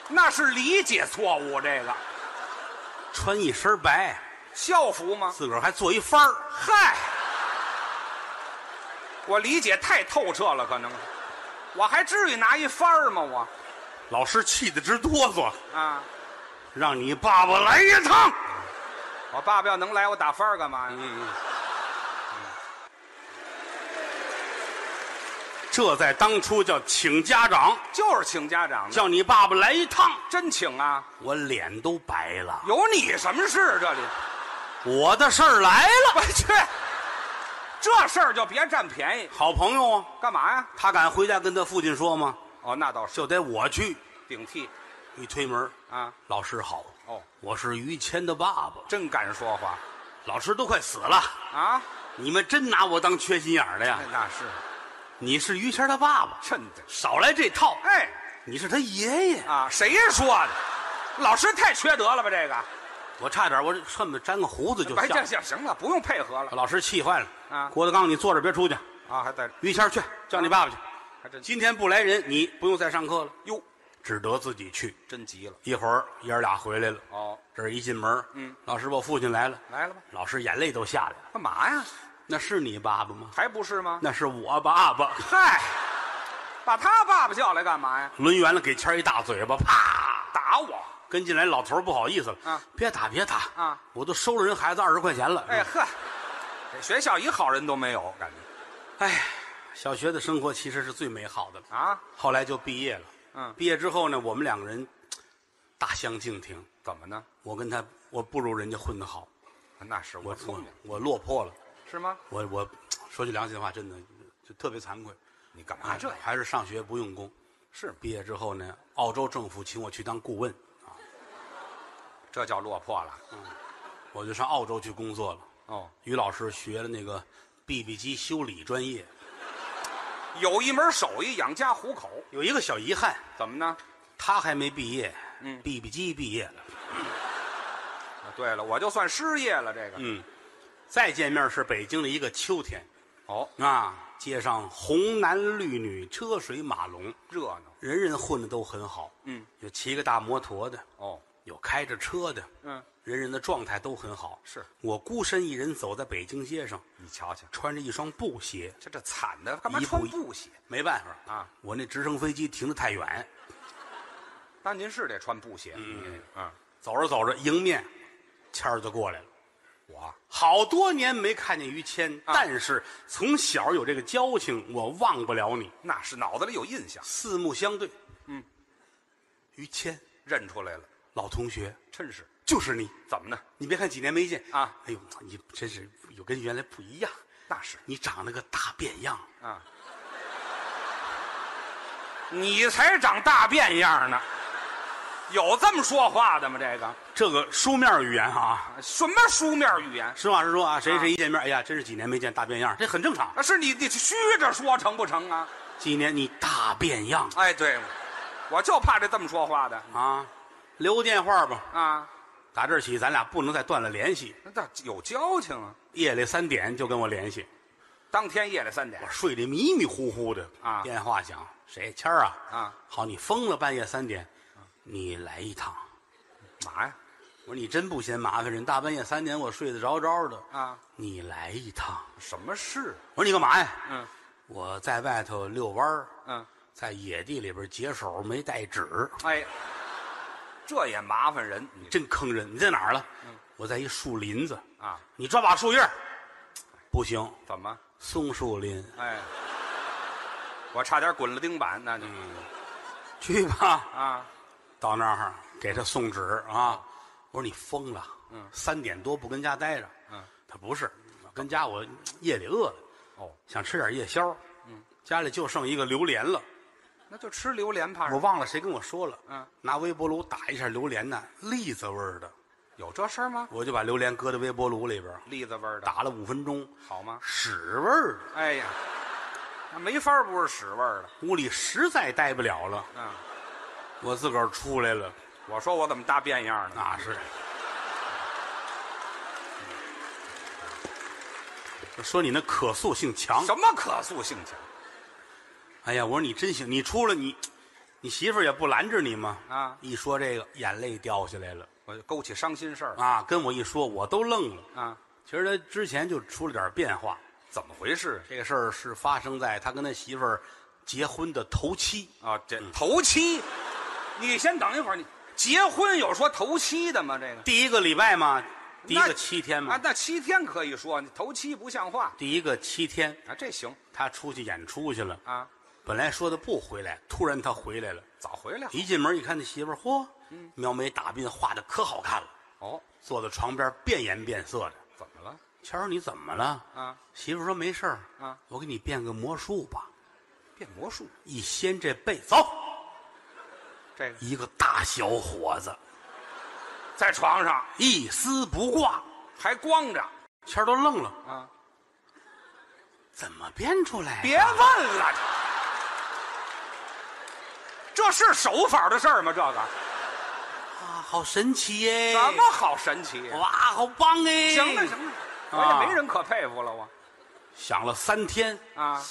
[SPEAKER 2] 那是理解错误。这个
[SPEAKER 1] 穿一身白，
[SPEAKER 2] 校服吗？
[SPEAKER 1] 自个儿还做一幡儿。
[SPEAKER 2] 嗨，我理解太透彻了，可能，我还至于拿一番儿吗？我
[SPEAKER 1] 老师气得直哆嗦，
[SPEAKER 2] 啊，
[SPEAKER 1] 让你爸爸来一趟。
[SPEAKER 2] 我爸爸要能来，我打番儿干嘛呀？
[SPEAKER 1] 这在当初叫请家长，
[SPEAKER 2] 就是请家长的，
[SPEAKER 1] 叫你爸爸来一趟，
[SPEAKER 2] 真请啊！
[SPEAKER 1] 我脸都白了。
[SPEAKER 2] 有你什么事？这里， *laughs*
[SPEAKER 1] 我的事儿来了，
[SPEAKER 2] 我去，这事儿就别占便宜，
[SPEAKER 1] 好朋友啊，
[SPEAKER 2] 干嘛呀？
[SPEAKER 1] 他敢回家跟他父亲说吗？
[SPEAKER 2] 哦，那倒是
[SPEAKER 1] 就得我去。
[SPEAKER 2] 顶替
[SPEAKER 1] 一推门，
[SPEAKER 2] 啊！
[SPEAKER 1] 老师好，
[SPEAKER 2] 哦，
[SPEAKER 1] 我是于谦的爸爸。
[SPEAKER 2] 真敢说话
[SPEAKER 1] 老师都快死了，
[SPEAKER 2] 啊！
[SPEAKER 1] 你们真拿我当缺心眼儿的呀
[SPEAKER 2] 那？那是
[SPEAKER 1] 你是于谦他爸爸，
[SPEAKER 2] 真的，
[SPEAKER 1] 少来这套。
[SPEAKER 2] 哎
[SPEAKER 1] 你是他爷爷，
[SPEAKER 2] 啊，谁说的？老师太缺德了吧？这个，
[SPEAKER 1] 我差点我恨不得粘个胡子就
[SPEAKER 2] 哎，
[SPEAKER 1] 笑
[SPEAKER 2] 这。行行了，不用配合了
[SPEAKER 1] 老师气坏了
[SPEAKER 2] 啊
[SPEAKER 1] 郭德纲，你坐着别出去，
[SPEAKER 2] 啊！还在这，
[SPEAKER 1] 于谦去叫你爸爸去。
[SPEAKER 2] 还真
[SPEAKER 1] 今天不来人，你不用再上课了，
[SPEAKER 2] 哟，
[SPEAKER 1] 只得自己去。
[SPEAKER 2] 真急了
[SPEAKER 1] 一会儿爷儿俩回来了，
[SPEAKER 2] 哦，
[SPEAKER 1] 这儿一进门，
[SPEAKER 2] 嗯，
[SPEAKER 1] 老师，我父亲来了，
[SPEAKER 2] 来了吧？
[SPEAKER 1] 老师眼泪都下来了。
[SPEAKER 2] 干嘛呀？
[SPEAKER 1] 那是你爸爸吗？
[SPEAKER 2] 还不是吗？
[SPEAKER 1] 那是我爸爸。
[SPEAKER 2] 嗨，把他爸爸叫来干嘛呀？
[SPEAKER 1] 抡圆了给谦儿一大嘴巴，啪！
[SPEAKER 2] 打我！
[SPEAKER 1] 跟进来老头儿不好意思了，
[SPEAKER 2] 啊，
[SPEAKER 1] 别打别打
[SPEAKER 2] 啊，
[SPEAKER 1] 我都收了人孩子二十块钱了。
[SPEAKER 2] 哎呵，这学校一好人都没有，感觉
[SPEAKER 1] 哎，小学的生活其实是最美好的了。
[SPEAKER 2] 啊？
[SPEAKER 1] 后来就毕业了。
[SPEAKER 2] 嗯
[SPEAKER 1] 毕业之后呢，我们两个人大相径庭。
[SPEAKER 2] 怎么呢？
[SPEAKER 1] 我跟他，我不如人家混得好，
[SPEAKER 2] 那是
[SPEAKER 1] 我
[SPEAKER 2] 我聪
[SPEAKER 1] 我
[SPEAKER 2] 明，
[SPEAKER 1] 我落魄了。
[SPEAKER 2] 是吗？
[SPEAKER 1] 我我说句良心话，真的就特别惭愧。哎
[SPEAKER 2] 你干啊嘛这样？
[SPEAKER 1] 还是上学不用功。
[SPEAKER 2] 是吗？
[SPEAKER 1] 毕业之后呢，澳洲政府请我去当顾问啊，
[SPEAKER 2] 这叫落魄了。
[SPEAKER 1] 我就上澳洲去工作了。
[SPEAKER 2] 哦，
[SPEAKER 1] 于老师学了那个 BB 机修理专业，
[SPEAKER 2] 有一门手艺养家糊口，
[SPEAKER 1] 有一个小遗憾，
[SPEAKER 2] 怎么呢？
[SPEAKER 1] 他还没毕业，
[SPEAKER 2] 嗯
[SPEAKER 1] ，BB 机毕业了，
[SPEAKER 2] 啊对了，我就算失业了。这个，
[SPEAKER 1] 嗯，再见面是北京的一个秋天
[SPEAKER 2] 哦，
[SPEAKER 1] 啊，街上红男绿女，车水马龙，
[SPEAKER 2] 热闹。
[SPEAKER 1] 人人混的都很好，
[SPEAKER 2] 嗯，
[SPEAKER 1] 有骑个大摩托的，
[SPEAKER 2] 哦，
[SPEAKER 1] 有开着车的，
[SPEAKER 2] 嗯，
[SPEAKER 1] 人人的状态都很好。
[SPEAKER 2] 是
[SPEAKER 1] 我孤身一人走在北京街上，
[SPEAKER 2] 你瞧瞧，
[SPEAKER 1] 穿着一双布鞋，
[SPEAKER 2] 这这惨的，干嘛
[SPEAKER 1] 一
[SPEAKER 2] 穿
[SPEAKER 1] 步一
[SPEAKER 2] 布鞋？
[SPEAKER 1] 没办法
[SPEAKER 2] 啊，
[SPEAKER 1] 我那直升飞机停得太远，
[SPEAKER 2] 那您是得穿布鞋。嗯嗯，
[SPEAKER 1] 走着走着，迎面谦儿就过来了。
[SPEAKER 2] 我
[SPEAKER 1] 好多年没看见于谦，
[SPEAKER 2] 啊
[SPEAKER 1] 但是从小有这个交情，我忘不了你。
[SPEAKER 2] 那是脑子里有印象，
[SPEAKER 1] 四目相对，
[SPEAKER 2] 嗯，
[SPEAKER 1] 于谦
[SPEAKER 2] 认出来了，
[SPEAKER 1] 老同学
[SPEAKER 2] 真是。
[SPEAKER 1] 就是你。
[SPEAKER 2] 怎么呢？
[SPEAKER 1] 你别看几年没见
[SPEAKER 2] 啊，
[SPEAKER 1] 哎呦，你真是有跟原来不一样，
[SPEAKER 2] 那是
[SPEAKER 1] 你长了个大变样。
[SPEAKER 2] 啊，你才长大变样呢，有这么说话的吗？这个
[SPEAKER 1] 这个书面语言啊，
[SPEAKER 2] 什么书面语言？
[SPEAKER 1] 实话实说啊，谁谁一见面，哎呀，真是几年没见大变样，这很正常。
[SPEAKER 2] 啊，是你你虚着说成不成啊？
[SPEAKER 1] 几年你大变样
[SPEAKER 2] 哎，对，我就怕这这么说话的
[SPEAKER 1] 啊，留个电话吧。
[SPEAKER 2] 啊，
[SPEAKER 1] 打这儿起，咱俩不能再断了联系。
[SPEAKER 2] 那倒有交情啊。
[SPEAKER 1] 夜里三点就跟我联系，
[SPEAKER 2] 当天夜里三点
[SPEAKER 1] 我，睡得迷迷糊糊的
[SPEAKER 2] 啊
[SPEAKER 1] 电话响，谁？谦儿啊？
[SPEAKER 2] 啊，
[SPEAKER 1] 好，你疯了，半夜三点，你来一趟。
[SPEAKER 2] 嘛呀？
[SPEAKER 1] 我说你真不嫌麻烦人，大半夜三点我睡得着着的
[SPEAKER 2] 啊，
[SPEAKER 1] 你来一趟。
[SPEAKER 2] 什么事？啊
[SPEAKER 1] 我说你干嘛呀？
[SPEAKER 2] 嗯
[SPEAKER 1] 我在外头遛弯儿，
[SPEAKER 2] 嗯，
[SPEAKER 1] 在野地里边解手没带纸，
[SPEAKER 2] 哎，这也麻烦人。你
[SPEAKER 1] 真坑人。你在哪儿了？我在一树林子
[SPEAKER 2] 啊，
[SPEAKER 1] 你抓把树叶儿，不行，
[SPEAKER 2] 怎么？
[SPEAKER 1] 松树林，
[SPEAKER 2] 哎，我差点滚了钉板，那就
[SPEAKER 1] 去吧。
[SPEAKER 2] 啊，
[SPEAKER 1] 到那儿给他送纸啊！我说你疯了，嗯，三点多不跟家待着，
[SPEAKER 2] 嗯，
[SPEAKER 1] 他不是，跟家我嗯夜里饿了，
[SPEAKER 2] 哦，
[SPEAKER 1] 想吃点夜宵，嗯，家里就剩一个榴莲了，
[SPEAKER 2] 那就吃榴莲怕什
[SPEAKER 1] 我
[SPEAKER 2] 么？
[SPEAKER 1] 忘了谁跟我说了，
[SPEAKER 2] 嗯，
[SPEAKER 1] 拿微波炉打一下榴莲呢，栗子味儿的，
[SPEAKER 2] 有这事儿吗？
[SPEAKER 1] 我就把榴莲搁在微波炉里边
[SPEAKER 2] 栗子味儿的，
[SPEAKER 1] 打了五分钟，
[SPEAKER 2] 好吗？
[SPEAKER 1] 屎味儿的，
[SPEAKER 2] 哎呀，那没法儿不是屎味儿的。
[SPEAKER 1] 屋里实在待不了了，
[SPEAKER 2] 嗯，
[SPEAKER 1] 我自个儿出来了，
[SPEAKER 2] 我说我怎么大变样呢？
[SPEAKER 1] 那是。说你那可塑性强，
[SPEAKER 2] 什么可塑性强
[SPEAKER 1] 哎呀，我说你真行，你出了你，你媳妇儿也不拦着你吗？
[SPEAKER 2] 啊
[SPEAKER 1] 一说这个，眼泪掉下来了
[SPEAKER 2] 我就勾起伤心事儿了
[SPEAKER 1] 啊！跟我一说，我都愣了。
[SPEAKER 2] 啊，
[SPEAKER 1] 其实他之前就出了点变化，
[SPEAKER 2] 怎么回事
[SPEAKER 1] 这个事儿是发生在他跟他媳妇儿结婚的头七。
[SPEAKER 2] 啊？这头七，你先等一会儿，你结婚有说头七的吗？这个
[SPEAKER 1] 第一个礼拜嘛，第一
[SPEAKER 2] 那
[SPEAKER 1] 个七天
[SPEAKER 2] 啊
[SPEAKER 1] 嘛，，
[SPEAKER 2] 那七天可以说，你头七不像话
[SPEAKER 1] 第一个七天
[SPEAKER 2] 啊，这行
[SPEAKER 1] 他出去演出去了，
[SPEAKER 2] 啊，
[SPEAKER 1] 本来说的不回来，突然他回来了。
[SPEAKER 2] 早回来
[SPEAKER 1] 一进门一看，那媳妇儿，嚯，
[SPEAKER 2] 嗯
[SPEAKER 1] 描眉打鬓，画的可好看了，
[SPEAKER 2] 哦，
[SPEAKER 1] 坐在床边变颜变色的。
[SPEAKER 2] 怎么了？
[SPEAKER 1] 谦儿，你怎么了？
[SPEAKER 2] 啊，
[SPEAKER 1] 媳妇儿说没事儿。
[SPEAKER 2] 啊，
[SPEAKER 1] 我给你变个魔术吧。
[SPEAKER 2] 变魔术，
[SPEAKER 1] 一掀这被，走，
[SPEAKER 2] 这个
[SPEAKER 1] 一个大小伙子，
[SPEAKER 2] 在床上
[SPEAKER 1] 一丝不挂。
[SPEAKER 2] 还光着
[SPEAKER 1] 谦儿都愣了，
[SPEAKER 2] 啊！
[SPEAKER 1] 怎么变出来、
[SPEAKER 2] 别问，了，这是手法的事儿吗？这个
[SPEAKER 1] 啊，好神奇耶！
[SPEAKER 2] 怎么好神奇？
[SPEAKER 1] 哇，好棒哎！
[SPEAKER 2] 行了行了，
[SPEAKER 1] 啊
[SPEAKER 2] 我也没人可佩服了，我
[SPEAKER 1] 想了三天，
[SPEAKER 2] 啊，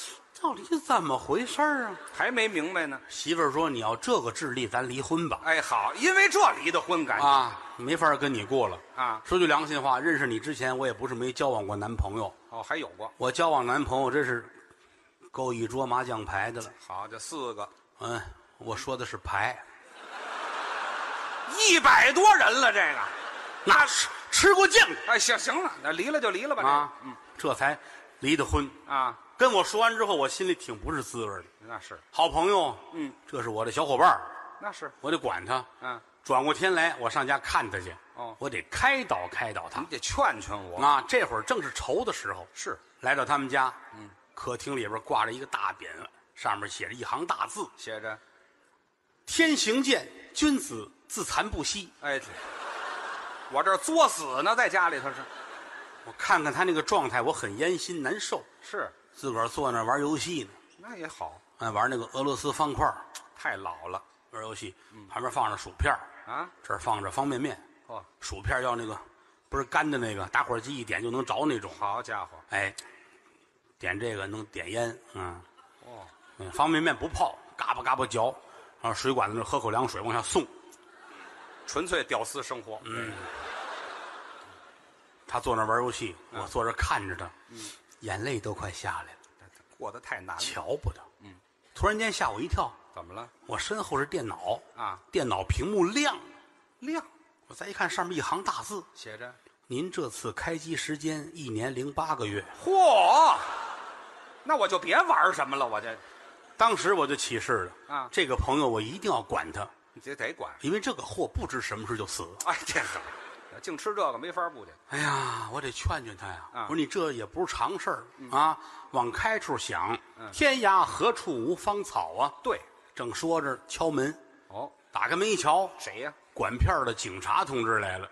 [SPEAKER 1] 到底怎么回事儿啊？
[SPEAKER 2] 还没明白呢。
[SPEAKER 1] 媳妇儿说：“你要这个智力，咱离婚吧。
[SPEAKER 2] 哎，好，因为这离的婚感觉
[SPEAKER 1] 啊，没法跟你过了。
[SPEAKER 2] 啊，
[SPEAKER 1] 说句良心话，认识你之前，我也不是没交往过男朋友。
[SPEAKER 2] 哦，还有过
[SPEAKER 1] 我交往男朋友真是够一桌麻将牌的了。
[SPEAKER 2] 好，这四个
[SPEAKER 1] 嗯，我说的是牌，
[SPEAKER 2] 一百多人了，这个
[SPEAKER 1] 那是吃过酱
[SPEAKER 2] 哎，行行了，那离了就离了吧。
[SPEAKER 1] 啊，这才离的婚。
[SPEAKER 2] 这个啊，
[SPEAKER 1] 跟我说完之后，我心里挺不是滋味的。
[SPEAKER 2] 那是
[SPEAKER 1] 好朋友，
[SPEAKER 2] 嗯，
[SPEAKER 1] 这是我的小伙伴儿，
[SPEAKER 2] 那是，
[SPEAKER 1] 我得管他。
[SPEAKER 2] 嗯，
[SPEAKER 1] 转过天来，我上家看他去。
[SPEAKER 2] 哦
[SPEAKER 1] 我得开导开导他
[SPEAKER 2] 你。得劝劝我。
[SPEAKER 1] 啊，这会儿正是愁的时候。
[SPEAKER 2] 是
[SPEAKER 1] 来到他们家，嗯，客厅里边挂着一个大匾额，上面写着一行大字
[SPEAKER 2] 写着，：“
[SPEAKER 1] 天行健，君子自残不息。
[SPEAKER 2] 哎，对我这儿作死呢，在家里头是
[SPEAKER 1] 我看看他那个状态，我很烟心难受。
[SPEAKER 2] 是，
[SPEAKER 1] 自个儿坐那儿玩游戏呢，
[SPEAKER 2] 那也好，
[SPEAKER 1] 哎，玩那个俄罗斯方块儿，
[SPEAKER 2] 太老了
[SPEAKER 1] 玩游戏，旁边放着薯片儿
[SPEAKER 2] 啊！
[SPEAKER 1] 这儿放着方便面，
[SPEAKER 2] 哦，
[SPEAKER 1] 薯片儿要那个不是干的那个，打火机一点就能着那种。
[SPEAKER 2] 好家伙，
[SPEAKER 1] 哎，点这个能点烟，嗯，
[SPEAKER 2] 哦，
[SPEAKER 1] 嗯方便面不泡，嘎巴嘎巴嚼，然后水管子那儿喝口凉水往下送。
[SPEAKER 2] 纯粹屌丝生活，嗯，
[SPEAKER 1] 他坐那儿玩游戏，我
[SPEAKER 2] 嗯
[SPEAKER 1] 坐这儿看着他，眼泪都快下来了，
[SPEAKER 2] 过得太难了。
[SPEAKER 1] 瞧不得。
[SPEAKER 2] 嗯
[SPEAKER 1] 突然间吓我一跳，
[SPEAKER 2] 怎么了？
[SPEAKER 1] 我身后是电脑
[SPEAKER 2] 啊，
[SPEAKER 1] 电脑屏幕亮了，
[SPEAKER 2] 亮
[SPEAKER 1] 我再一看上面一行大字：
[SPEAKER 2] 写着，
[SPEAKER 1] 您这次开机时间一年零八个月。
[SPEAKER 2] 啊嚯，那我就别玩什么了，我这
[SPEAKER 1] 当时我就起誓了
[SPEAKER 2] 啊
[SPEAKER 1] 这个朋友我一定要管他，
[SPEAKER 2] 你这得管。
[SPEAKER 1] 因为这个货不知什么时候就死。
[SPEAKER 2] 哎，这个净吃这个没法不去。
[SPEAKER 1] 哎呀，我得劝劝他呀！
[SPEAKER 2] 啊
[SPEAKER 1] 我说你这也不是常事儿、啊，往开处想，天涯何处无芳草啊！
[SPEAKER 2] 对，
[SPEAKER 1] 正说着，敲门，
[SPEAKER 2] 哦，
[SPEAKER 1] 打开门一瞧，
[SPEAKER 2] 谁呀、
[SPEAKER 1] 管片儿的警察同志来了，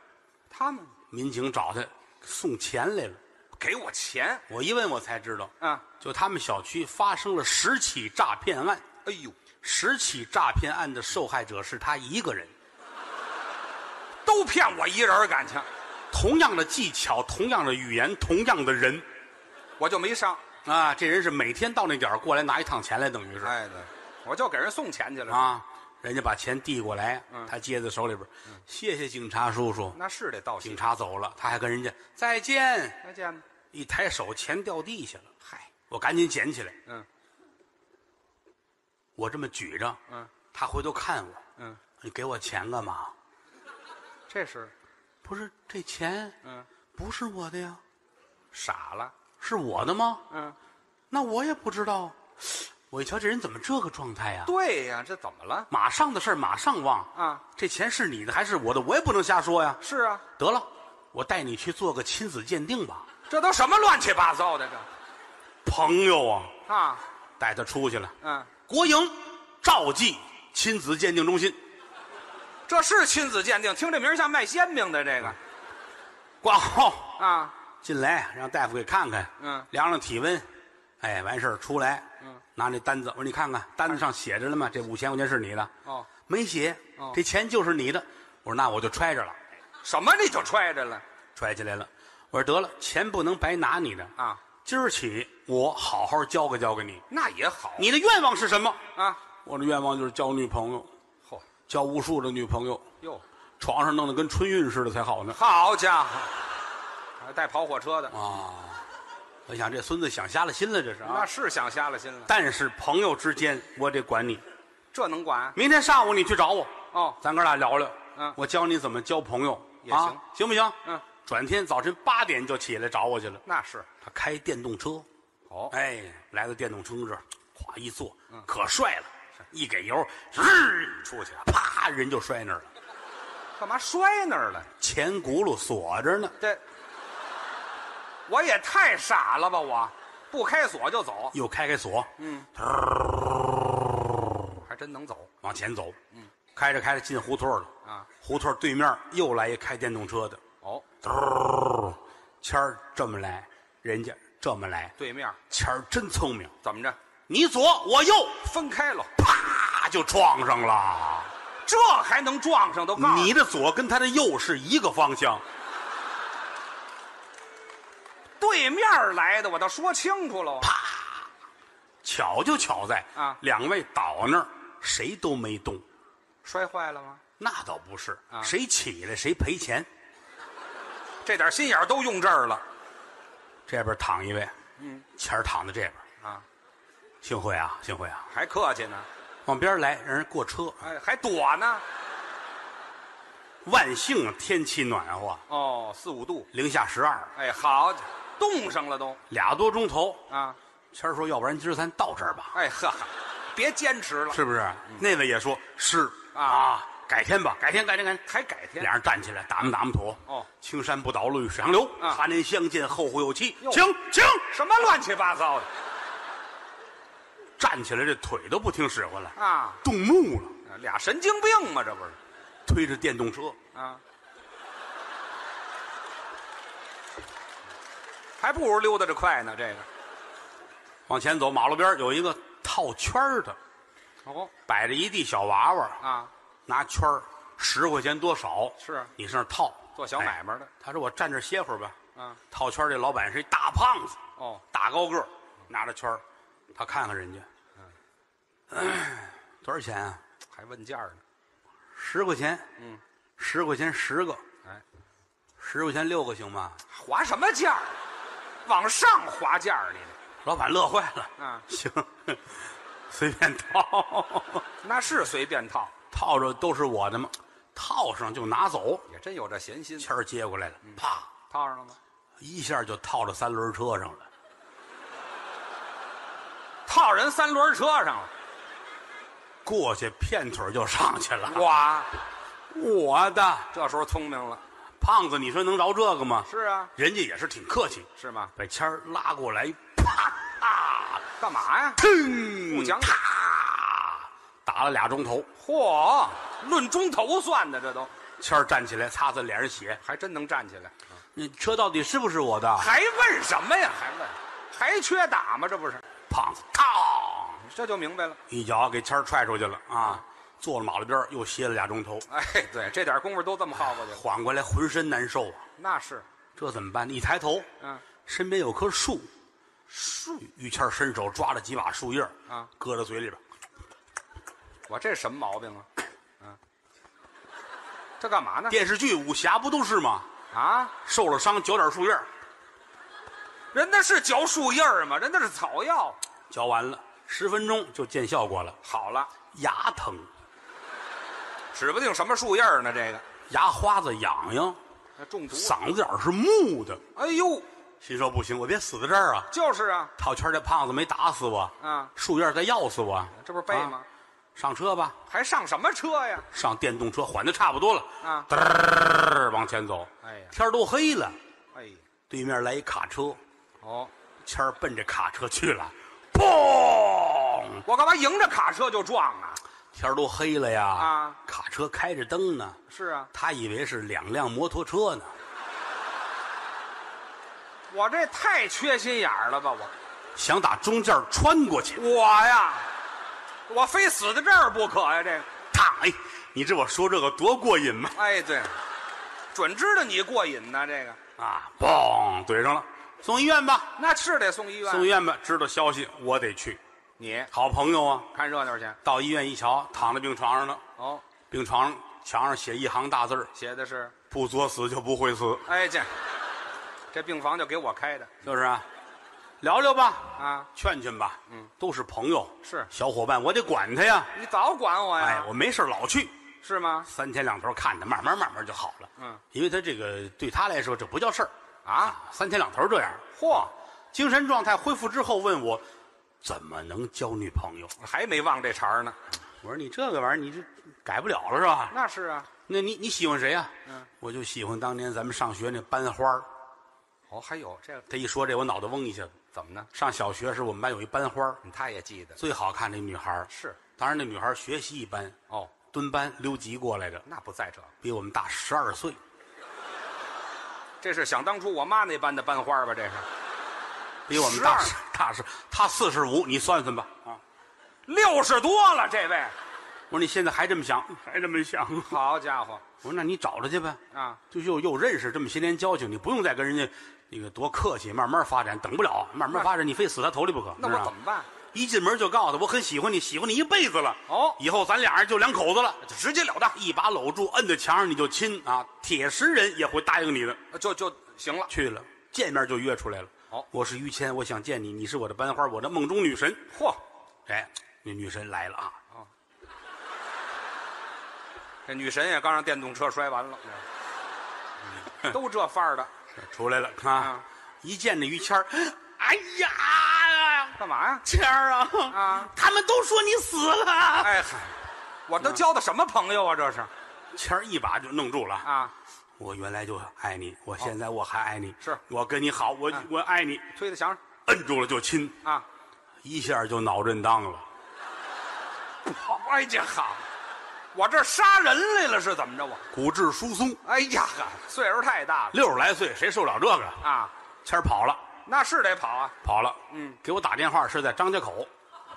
[SPEAKER 2] 他们
[SPEAKER 1] 民警找他送钱来了。
[SPEAKER 2] 给我钱
[SPEAKER 1] 我一问，我才知道，
[SPEAKER 2] 啊！
[SPEAKER 1] 就他们小区发生了十起诈骗案，
[SPEAKER 2] 哎呦，
[SPEAKER 1] 十起诈骗案的受害者是他一个人。
[SPEAKER 2] 都骗我一人儿感情，
[SPEAKER 1] 同样的技巧，同样的语言，同样的人
[SPEAKER 2] 我就没上。
[SPEAKER 1] 啊，这人是每天到那点儿过来拿一趟钱来，等于是。
[SPEAKER 2] 哎对，我就给人送钱去了。
[SPEAKER 1] 啊，人家把钱递过来，他接在手里边，谢谢警察叔叔。
[SPEAKER 2] 嗯那是得道谢
[SPEAKER 1] 警。察走了，他还跟人家再见，
[SPEAKER 2] 再见吧。
[SPEAKER 1] 一抬手钱掉地下了，
[SPEAKER 2] 嗨，
[SPEAKER 1] 我赶紧捡起来，
[SPEAKER 2] 嗯
[SPEAKER 1] 我这么举着，
[SPEAKER 2] 嗯
[SPEAKER 1] 他回头看我，
[SPEAKER 2] 嗯，
[SPEAKER 1] 你给我钱干嘛？
[SPEAKER 2] 这是
[SPEAKER 1] 不是这钱
[SPEAKER 2] 嗯
[SPEAKER 1] 不是我的呀，
[SPEAKER 2] 傻了。
[SPEAKER 1] 是我的吗？
[SPEAKER 2] 嗯，
[SPEAKER 1] 那我也不知道。我一瞧这人怎么这个状态呀、
[SPEAKER 2] 对呀，这怎么了？
[SPEAKER 1] 马上的事儿马上忘
[SPEAKER 2] 啊！
[SPEAKER 1] 这钱是你的还是我的？我也不能瞎说呀。
[SPEAKER 2] 是啊，
[SPEAKER 1] 得了，我带你去做个亲子鉴定吧。
[SPEAKER 2] 这都什么乱七八糟的这
[SPEAKER 1] 朋友啊，
[SPEAKER 2] 啊？
[SPEAKER 1] 带他出去了。
[SPEAKER 2] 嗯，
[SPEAKER 1] 国营赵记亲子鉴定中心
[SPEAKER 2] 这是亲子鉴定，听这名儿像卖煎饼的这个
[SPEAKER 1] 挂号
[SPEAKER 2] 啊？
[SPEAKER 1] 进来，让大夫给看看，
[SPEAKER 2] 嗯
[SPEAKER 1] 量量体温，哎，完事儿出来，嗯，拿那单子，我说你看看，单子上写着了吗？这五千块钱是你的，
[SPEAKER 2] 哦，
[SPEAKER 1] 没写，
[SPEAKER 2] 哦
[SPEAKER 1] 这钱就是你的。我说那我就揣着了，
[SPEAKER 2] 什么你就揣着了
[SPEAKER 1] 揣起来了。我说得了，钱不能白拿你的，
[SPEAKER 2] 啊？
[SPEAKER 1] 今儿起我好好教给教给你。
[SPEAKER 2] 那也好
[SPEAKER 1] 你的愿望是什么？
[SPEAKER 2] 啊。
[SPEAKER 1] 我的愿望就是交女朋友，
[SPEAKER 2] 嚯
[SPEAKER 1] 交无数的女朋友，
[SPEAKER 2] 哟，
[SPEAKER 1] 床上弄得跟春运似的才好呢。
[SPEAKER 2] 好家伙，还带跑火车的，
[SPEAKER 1] 我想哎这孙子想瞎了心了，这是
[SPEAKER 2] 那
[SPEAKER 1] 啊。
[SPEAKER 2] 是想瞎了心了。
[SPEAKER 1] 但是朋友之间，我得管你。
[SPEAKER 2] 这能管？
[SPEAKER 1] 明天上午你去找我，
[SPEAKER 2] 哦，
[SPEAKER 1] 咱哥俩聊聊。
[SPEAKER 2] 嗯
[SPEAKER 1] 我教你怎么交朋友，
[SPEAKER 2] 也
[SPEAKER 1] 啊
[SPEAKER 2] 行
[SPEAKER 1] 行不行？
[SPEAKER 2] 嗯，
[SPEAKER 1] 转天早晨八点就起来找我去了。
[SPEAKER 2] 那是。
[SPEAKER 1] 他开电动车，
[SPEAKER 2] 哦，
[SPEAKER 1] 哎，来到电动车这儿，咵一坐，
[SPEAKER 2] 嗯
[SPEAKER 1] 可帅了，一给油，日出去了，啪，人就摔那儿了，
[SPEAKER 2] 干嘛摔那儿了？
[SPEAKER 1] 前轱辘锁着呢。
[SPEAKER 2] 这，我也太傻了吧！我不开锁就走，
[SPEAKER 1] 又开开锁，嗯，
[SPEAKER 2] 还真能走
[SPEAKER 1] 往前走，嗯，开着开着进胡同了，
[SPEAKER 2] 啊！
[SPEAKER 1] 胡同对面又来一开电动车的，
[SPEAKER 2] 哦，
[SPEAKER 1] 嘟，谦儿这么来，人家这么来，
[SPEAKER 2] 对面
[SPEAKER 1] 谦儿真聪明，
[SPEAKER 2] 怎么着？
[SPEAKER 1] 你左我右，
[SPEAKER 2] 分开了，
[SPEAKER 1] 啪就撞上
[SPEAKER 2] 啊
[SPEAKER 1] 了。
[SPEAKER 2] 这还能撞上？都告诉
[SPEAKER 1] 你的左跟他的右是一个方向，
[SPEAKER 2] 对面来的，我倒说清楚了。
[SPEAKER 1] 巧就巧在
[SPEAKER 2] 啊
[SPEAKER 1] 两位倒那儿，谁都没动。
[SPEAKER 2] 摔坏了吗？
[SPEAKER 1] 那倒不是，
[SPEAKER 2] 啊
[SPEAKER 1] 谁起来谁赔钱。
[SPEAKER 2] 这点心眼儿都用这儿了
[SPEAKER 1] 这边躺一位，嗯，谦儿躺在这边，
[SPEAKER 2] 啊！
[SPEAKER 1] 幸会啊，幸会啊，
[SPEAKER 2] 还客气呢，
[SPEAKER 1] 往边儿来，让人过车。
[SPEAKER 2] 哎，还躲呢。
[SPEAKER 1] 万幸啊天气暖和，
[SPEAKER 2] 哦，四五度，
[SPEAKER 1] 零下十二，
[SPEAKER 2] 哎，好，冻上了都
[SPEAKER 1] 俩多钟头。
[SPEAKER 2] 啊！
[SPEAKER 1] 谦儿说：“要不然今儿咱到这儿吧，
[SPEAKER 2] 哎呵，别坚持了，
[SPEAKER 1] 是不是？”那位也说：“是
[SPEAKER 2] 啊
[SPEAKER 1] 啊，改天吧，改天，改天，改天。
[SPEAKER 2] 还改”天
[SPEAKER 1] 俩人站起来，打磨打磨土。
[SPEAKER 2] 哦，
[SPEAKER 1] 青山不倒，绿水长流。
[SPEAKER 2] 啊
[SPEAKER 1] 他年相见，后会有期。
[SPEAKER 2] 哟
[SPEAKER 1] 请请，
[SPEAKER 2] 什么乱七八糟的
[SPEAKER 1] 站起来，这腿都不听使唤了，
[SPEAKER 2] 啊！
[SPEAKER 1] 动怒了，
[SPEAKER 2] 俩神经病嘛，这不是
[SPEAKER 1] 推着电动车
[SPEAKER 2] 啊？还不如溜达着快呢。这个
[SPEAKER 1] 往前走，马路边有一个套圈儿的，
[SPEAKER 2] 哦
[SPEAKER 1] 摆着一地小娃娃，
[SPEAKER 2] 啊，
[SPEAKER 1] 拿圈儿，十块钱多少？
[SPEAKER 2] 是
[SPEAKER 1] 你上那儿套
[SPEAKER 2] 做小买卖的
[SPEAKER 1] 哎他说我站这儿歇会儿吧。
[SPEAKER 2] 嗯，
[SPEAKER 1] 套圈儿这老板是一大胖子，
[SPEAKER 2] 哦，
[SPEAKER 1] 大高个儿，拿着圈儿，他看看人家， *clears throat* 嗯，多少钱啊？
[SPEAKER 2] 还问价呢。
[SPEAKER 1] 十块钱，嗯，十块钱十个，
[SPEAKER 2] 哎，
[SPEAKER 1] 十块钱六个行吗？
[SPEAKER 2] 划什么价？往上划价儿你这
[SPEAKER 1] 老板乐坏了，
[SPEAKER 2] 嗯
[SPEAKER 1] 行，随便套，
[SPEAKER 2] 那是随便套，
[SPEAKER 1] 套着都是我的吗？套上就拿走，
[SPEAKER 2] 也真有这闲心。
[SPEAKER 1] 签儿接过来了，啪，
[SPEAKER 2] 套上了吗？
[SPEAKER 1] 一下就套到三轮车上了。
[SPEAKER 2] 套人三轮车上了。
[SPEAKER 1] 过去片腿就上去了，
[SPEAKER 2] 哇，
[SPEAKER 1] 我的
[SPEAKER 2] 这时候聪明了。
[SPEAKER 1] 胖子，你说能饶这个吗？
[SPEAKER 2] 是啊，
[SPEAKER 1] 人家也是挺客气，
[SPEAKER 2] 是吗？
[SPEAKER 1] 把签儿拉过来，啪，啊
[SPEAKER 2] 干嘛呀？
[SPEAKER 1] 腾，
[SPEAKER 2] 不讲理
[SPEAKER 1] 啪，打了俩钟头，
[SPEAKER 2] 嚯，论钟头算的，这都
[SPEAKER 1] 谦儿站起来擦擦脸上血，
[SPEAKER 2] 还真能站起来。
[SPEAKER 1] 你车到底是不是我的？
[SPEAKER 2] 还问什么呀？还问？还缺打吗？这不是？
[SPEAKER 1] 胖子，嘡，
[SPEAKER 2] 这就明白了。
[SPEAKER 1] 一脚给谦儿踹出去了啊！坐了马路边儿又歇了俩钟头，
[SPEAKER 2] 哎，对，这点功夫都这么耗过去了。
[SPEAKER 1] 缓过来浑身难受啊！
[SPEAKER 2] 那是，
[SPEAKER 1] 这怎么办？一抬头，
[SPEAKER 2] 嗯，
[SPEAKER 1] 身边有棵树，树，于谦儿伸手抓了几把树叶儿
[SPEAKER 2] 啊，
[SPEAKER 1] 搁到嘴里边儿，
[SPEAKER 2] 我这什么毛病啊？ *coughs* 嗯，这干嘛呢？
[SPEAKER 1] 电视剧武侠不都是吗？
[SPEAKER 2] 啊，
[SPEAKER 1] 受了伤嚼点树叶儿，
[SPEAKER 2] 人那是嚼树叶儿吗？人那是草药。
[SPEAKER 1] 嚼完了十分钟就见效果了，
[SPEAKER 2] 好了，
[SPEAKER 1] 牙疼，
[SPEAKER 2] 指不定什么树叶儿呢。这个
[SPEAKER 1] 牙花子痒痒，
[SPEAKER 2] 那中毒了。
[SPEAKER 1] 嗓子眼儿是木的，
[SPEAKER 2] 哎呦，
[SPEAKER 1] 心说不行，我别死在这儿啊！
[SPEAKER 2] 就是啊，
[SPEAKER 1] 套圈儿这胖子没打死我，
[SPEAKER 2] 啊，
[SPEAKER 1] 树叶再要死我，
[SPEAKER 2] 这不是背吗？
[SPEAKER 1] 上车吧，
[SPEAKER 2] 还上什么车呀？
[SPEAKER 1] 上电动车，缓的差不多了，
[SPEAKER 2] 啊
[SPEAKER 1] 嘚儿往前走，
[SPEAKER 2] 哎呀，
[SPEAKER 1] 天儿都黑了，
[SPEAKER 2] 哎呀，
[SPEAKER 1] 对面来一卡车，
[SPEAKER 2] 哦，
[SPEAKER 1] 谦儿奔着卡车去了，砰！
[SPEAKER 2] 我干嘛迎着卡车就撞啊？
[SPEAKER 1] 天儿都黑了呀，
[SPEAKER 2] 啊
[SPEAKER 1] 卡车开着灯呢，
[SPEAKER 2] 是啊，
[SPEAKER 1] 他以为是两辆摩托车呢，
[SPEAKER 2] 我这太缺心眼儿了吧？我
[SPEAKER 1] 想打中间穿过去，
[SPEAKER 2] 我呀，我非死在这儿不可呀！这个，
[SPEAKER 1] 烫！哎，你知道我说这个多过瘾吗？
[SPEAKER 2] 哎，对，准知道你过瘾呢。这个，
[SPEAKER 1] 啊，砰，怼上了，送医院吧，
[SPEAKER 2] 那是得送医院。
[SPEAKER 1] 送医院吧，知道消息我得去，
[SPEAKER 2] 你
[SPEAKER 1] 好朋友啊。
[SPEAKER 2] 看热闹去。
[SPEAKER 1] 到医院一瞧，躺在病床上呢，
[SPEAKER 2] 哦，
[SPEAKER 1] 病床上墙上写一行大字儿
[SPEAKER 2] 写的是，
[SPEAKER 1] 不作死就不会死，
[SPEAKER 2] 哎，这这病房就给我开的
[SPEAKER 1] 就是啊，聊聊吧，
[SPEAKER 2] 啊！
[SPEAKER 1] 劝劝吧，嗯，都是朋友，
[SPEAKER 2] 是啊
[SPEAKER 1] 小伙伴，我得管他呀。
[SPEAKER 2] 你早管我呀，
[SPEAKER 1] 哎，我没事儿老去，
[SPEAKER 2] 是吗？
[SPEAKER 1] 三天两头看他，慢慢慢慢就好了。
[SPEAKER 2] 嗯，
[SPEAKER 1] 因为他这个对他来说这不叫事儿，
[SPEAKER 2] 啊，
[SPEAKER 1] 三天两头这样。
[SPEAKER 2] 嚯，
[SPEAKER 1] 精神状态恢复之后问我，怎么能交女朋友？
[SPEAKER 2] 还没忘这茬儿呢。
[SPEAKER 1] 我说你这个玩意儿你这改不了了是吧？
[SPEAKER 2] 那是啊，
[SPEAKER 1] 那你你喜欢谁呀、啊
[SPEAKER 2] 嗯，
[SPEAKER 1] 我就喜欢当年咱们上学那班花儿
[SPEAKER 2] 哦，还有这个
[SPEAKER 1] 他一说这，我脑袋嗡一下子。
[SPEAKER 2] 怎么呢？
[SPEAKER 1] 上小学时，我们班有一班花儿
[SPEAKER 2] 他也记得
[SPEAKER 1] 最好看的女孩儿
[SPEAKER 2] 是
[SPEAKER 1] 当然那女孩儿学习一般，
[SPEAKER 2] 哦，
[SPEAKER 1] 蹲班留级过来的，
[SPEAKER 2] 那不在这儿
[SPEAKER 1] 比我们大十二岁。
[SPEAKER 2] 这是想当初我妈那班的班花吧？这是
[SPEAKER 1] 比我们大
[SPEAKER 2] 12
[SPEAKER 1] 大十，她四十五，你算算吧。啊，
[SPEAKER 2] 六十多了，这位，
[SPEAKER 1] 我说你现在还这么想，还这么想。我
[SPEAKER 2] 好家伙
[SPEAKER 1] 说那你找着去呗。
[SPEAKER 2] 啊！
[SPEAKER 1] 就又又认识这么些年交情，你不用再跟人家那个多客气，慢慢发展，等不了，慢慢发展，你非死他头里不可。
[SPEAKER 2] 那
[SPEAKER 1] 知道
[SPEAKER 2] 我
[SPEAKER 1] 吗
[SPEAKER 2] 怎么办？
[SPEAKER 1] 一进门就告诉他我很喜欢你，喜欢你一辈子了。
[SPEAKER 2] 哦
[SPEAKER 1] 以后咱俩人就两口子了。
[SPEAKER 2] 直截了当
[SPEAKER 1] 一把搂住，摁在墙上你就亲啊，铁石人也会答应你的。
[SPEAKER 2] 就就行了。
[SPEAKER 1] 去了，见面就约出来了。
[SPEAKER 2] 好
[SPEAKER 1] 我是于谦，我想见你，你是我的班花，我的梦中女神。
[SPEAKER 2] 嚯，
[SPEAKER 1] 哎，那女神来了啊，
[SPEAKER 2] 这女神也刚让电动车摔完了，都这范儿的，
[SPEAKER 1] 出来了啊
[SPEAKER 2] 啊，
[SPEAKER 1] 一见这于谦儿哎呀，
[SPEAKER 2] 干嘛呀？
[SPEAKER 1] 谦儿啊，
[SPEAKER 2] 啊，
[SPEAKER 1] *laughs* 他们都说你死了。
[SPEAKER 2] *laughs* 哎嗨，我都交的什么朋友啊？这是
[SPEAKER 1] 谦儿一把就弄住了。
[SPEAKER 2] 啊，
[SPEAKER 1] 我原来就爱你，我现在我还爱你，
[SPEAKER 2] 哦是嗯
[SPEAKER 1] 我跟你好，我我爱你，
[SPEAKER 2] 推在墙上
[SPEAKER 1] 摁住了就亲，
[SPEAKER 2] 啊！
[SPEAKER 1] 一下就脑震荡
[SPEAKER 2] *laughs*
[SPEAKER 1] 了。
[SPEAKER 2] 哎呀好，我这杀人来了是怎么着？我
[SPEAKER 1] 骨质疏松，
[SPEAKER 2] 哎呀，岁数太大了
[SPEAKER 1] 六十来岁谁受了这个？
[SPEAKER 2] 啊！
[SPEAKER 1] 谦儿跑了，
[SPEAKER 2] 那是得跑啊，
[SPEAKER 1] 跑了。嗯，给我打电话是在张家口，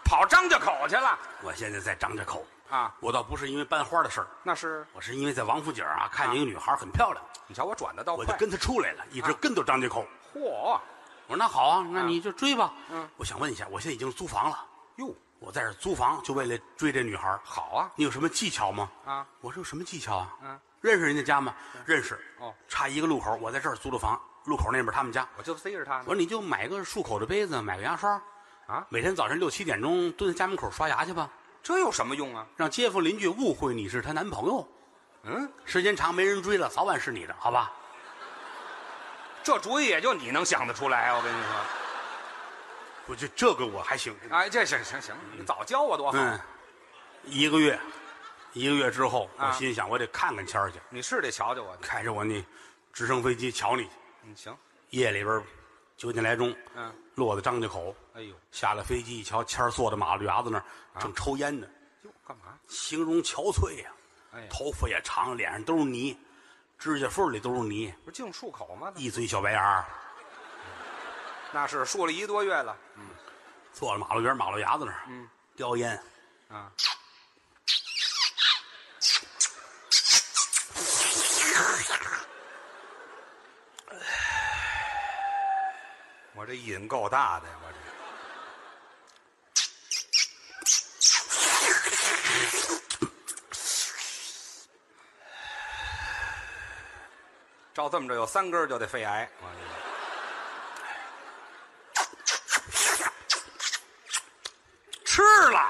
[SPEAKER 2] 跑张家口去了
[SPEAKER 1] 我现在在张家口。
[SPEAKER 2] 啊，
[SPEAKER 1] 我倒不是因为班花的事儿，
[SPEAKER 2] 那是。
[SPEAKER 1] 我是因为在王府井啊看见一个女孩很漂亮，
[SPEAKER 2] 你瞧我转的倒
[SPEAKER 1] 我就
[SPEAKER 2] 哦快，啊
[SPEAKER 1] 跟她出来了，一直跟到张家口。
[SPEAKER 2] 嚯
[SPEAKER 1] 我说那好啊，那你就追吧。
[SPEAKER 2] 嗯，
[SPEAKER 1] 我想问一下，我现在已经租房了，
[SPEAKER 2] 哟，
[SPEAKER 1] 我在这儿租房就为了追这女孩儿，
[SPEAKER 2] 好啊
[SPEAKER 1] 你有什么技巧吗？
[SPEAKER 2] 啊，
[SPEAKER 1] 我说有什么技巧啊？
[SPEAKER 2] 嗯，
[SPEAKER 1] 认识人家家吗？认识。
[SPEAKER 2] 哦，嗯
[SPEAKER 1] 差一个路口，我在这儿租的房，路口那边他们家。
[SPEAKER 2] 我就逮着他
[SPEAKER 1] 我说你就买个漱口的杯子，买个牙刷，
[SPEAKER 2] 啊，
[SPEAKER 1] 每天早晨六七点钟蹲在家门口刷牙去吧，
[SPEAKER 2] 这有什么用啊？
[SPEAKER 1] 让街坊邻居误会你是她男朋友。
[SPEAKER 2] 嗯，
[SPEAKER 1] 时间长没人追了，早晚是你的，好吧？
[SPEAKER 2] 这主意也就你能想得出来，啊我跟你说。
[SPEAKER 1] 我就这个我还行。
[SPEAKER 2] 哎，这行行行，你早教我多好。
[SPEAKER 1] 嗯，一个月，一个月之后，我
[SPEAKER 2] 啊
[SPEAKER 1] 心想我得看看谦儿去，
[SPEAKER 2] 你是得瞧瞧我，
[SPEAKER 1] 开着我那直升飞机瞧你去。
[SPEAKER 2] 嗯，行，
[SPEAKER 1] 夜里边九点来钟，
[SPEAKER 2] 嗯，
[SPEAKER 1] 落在张家口，
[SPEAKER 2] 哎呦，
[SPEAKER 1] 下了飞机一瞧，谦儿坐在马路牙子那儿正抽烟呢，
[SPEAKER 2] 哟，干嘛？
[SPEAKER 1] 形容憔悴呀、
[SPEAKER 2] 哎呀，
[SPEAKER 1] 头发也长，脸上都是泥，指甲缝里都是泥，
[SPEAKER 2] 不是净漱口吗？
[SPEAKER 1] 一嘴小白牙儿，
[SPEAKER 2] 那是漱了一个多月了
[SPEAKER 1] 坐在马路边马路牙子那儿，
[SPEAKER 2] 嗯，
[SPEAKER 1] 叼烟，
[SPEAKER 2] 啊。我这瘾够大的呀，我这照这么着有三根儿就得肺癌。我这吃了，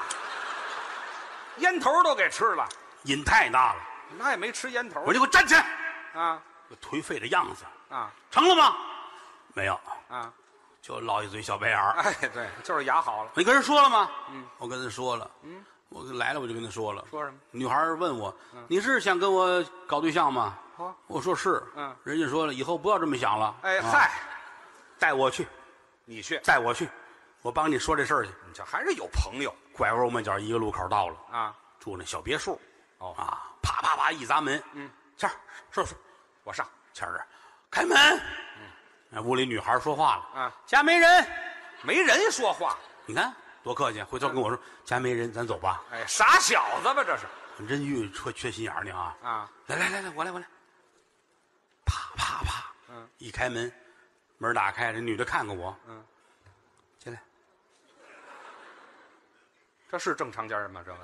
[SPEAKER 2] 烟头都给吃了，
[SPEAKER 1] 瘾太大了，
[SPEAKER 2] 那也没吃烟头
[SPEAKER 1] 我就给我站起来，
[SPEAKER 2] 啊
[SPEAKER 1] 我颓废的样子，
[SPEAKER 2] 啊
[SPEAKER 1] 成了吗？没有，
[SPEAKER 2] 啊！
[SPEAKER 1] 就落一嘴小白牙儿。
[SPEAKER 2] 哎，对，就是牙好了。
[SPEAKER 1] 你跟人说了吗？嗯，我跟他说了。嗯，我来了我就跟他说了。
[SPEAKER 2] 说什么？嗯
[SPEAKER 1] 女孩儿问我：“你是想跟我搞对象吗？”
[SPEAKER 2] 哦
[SPEAKER 1] 我说是。
[SPEAKER 2] 嗯
[SPEAKER 1] 人家说了，以后不要这么想了。
[SPEAKER 2] 哎
[SPEAKER 1] 啊，
[SPEAKER 2] 嗨，
[SPEAKER 1] 带我去，
[SPEAKER 2] 你去，
[SPEAKER 1] 带我去，我帮你说这事儿去。
[SPEAKER 2] 你这还是有朋友
[SPEAKER 1] 拐弯抹角，一个路口到了，
[SPEAKER 2] 啊！
[SPEAKER 1] 住那小别墅。
[SPEAKER 2] 哦
[SPEAKER 1] 啊，啪啪啪一砸门，嗯，谦儿，说说，
[SPEAKER 2] 我上，
[SPEAKER 1] 谦儿啊，开门。那屋里女孩儿说话了，
[SPEAKER 2] 嗯啊，
[SPEAKER 1] 家没人。
[SPEAKER 2] 没人说话。
[SPEAKER 1] 你看多客气，回头跟我说家没人，咱走吧。
[SPEAKER 2] 哎，傻小子吧，这是
[SPEAKER 1] 真遇缺缺心眼儿呢啊！
[SPEAKER 2] 啊！
[SPEAKER 1] 来来来来，我来我来，啪啪啪，
[SPEAKER 2] 嗯，
[SPEAKER 1] 一开门，门打开，这女的看看我，
[SPEAKER 2] 嗯，
[SPEAKER 1] 进来，
[SPEAKER 2] 这是正常家人吗？这个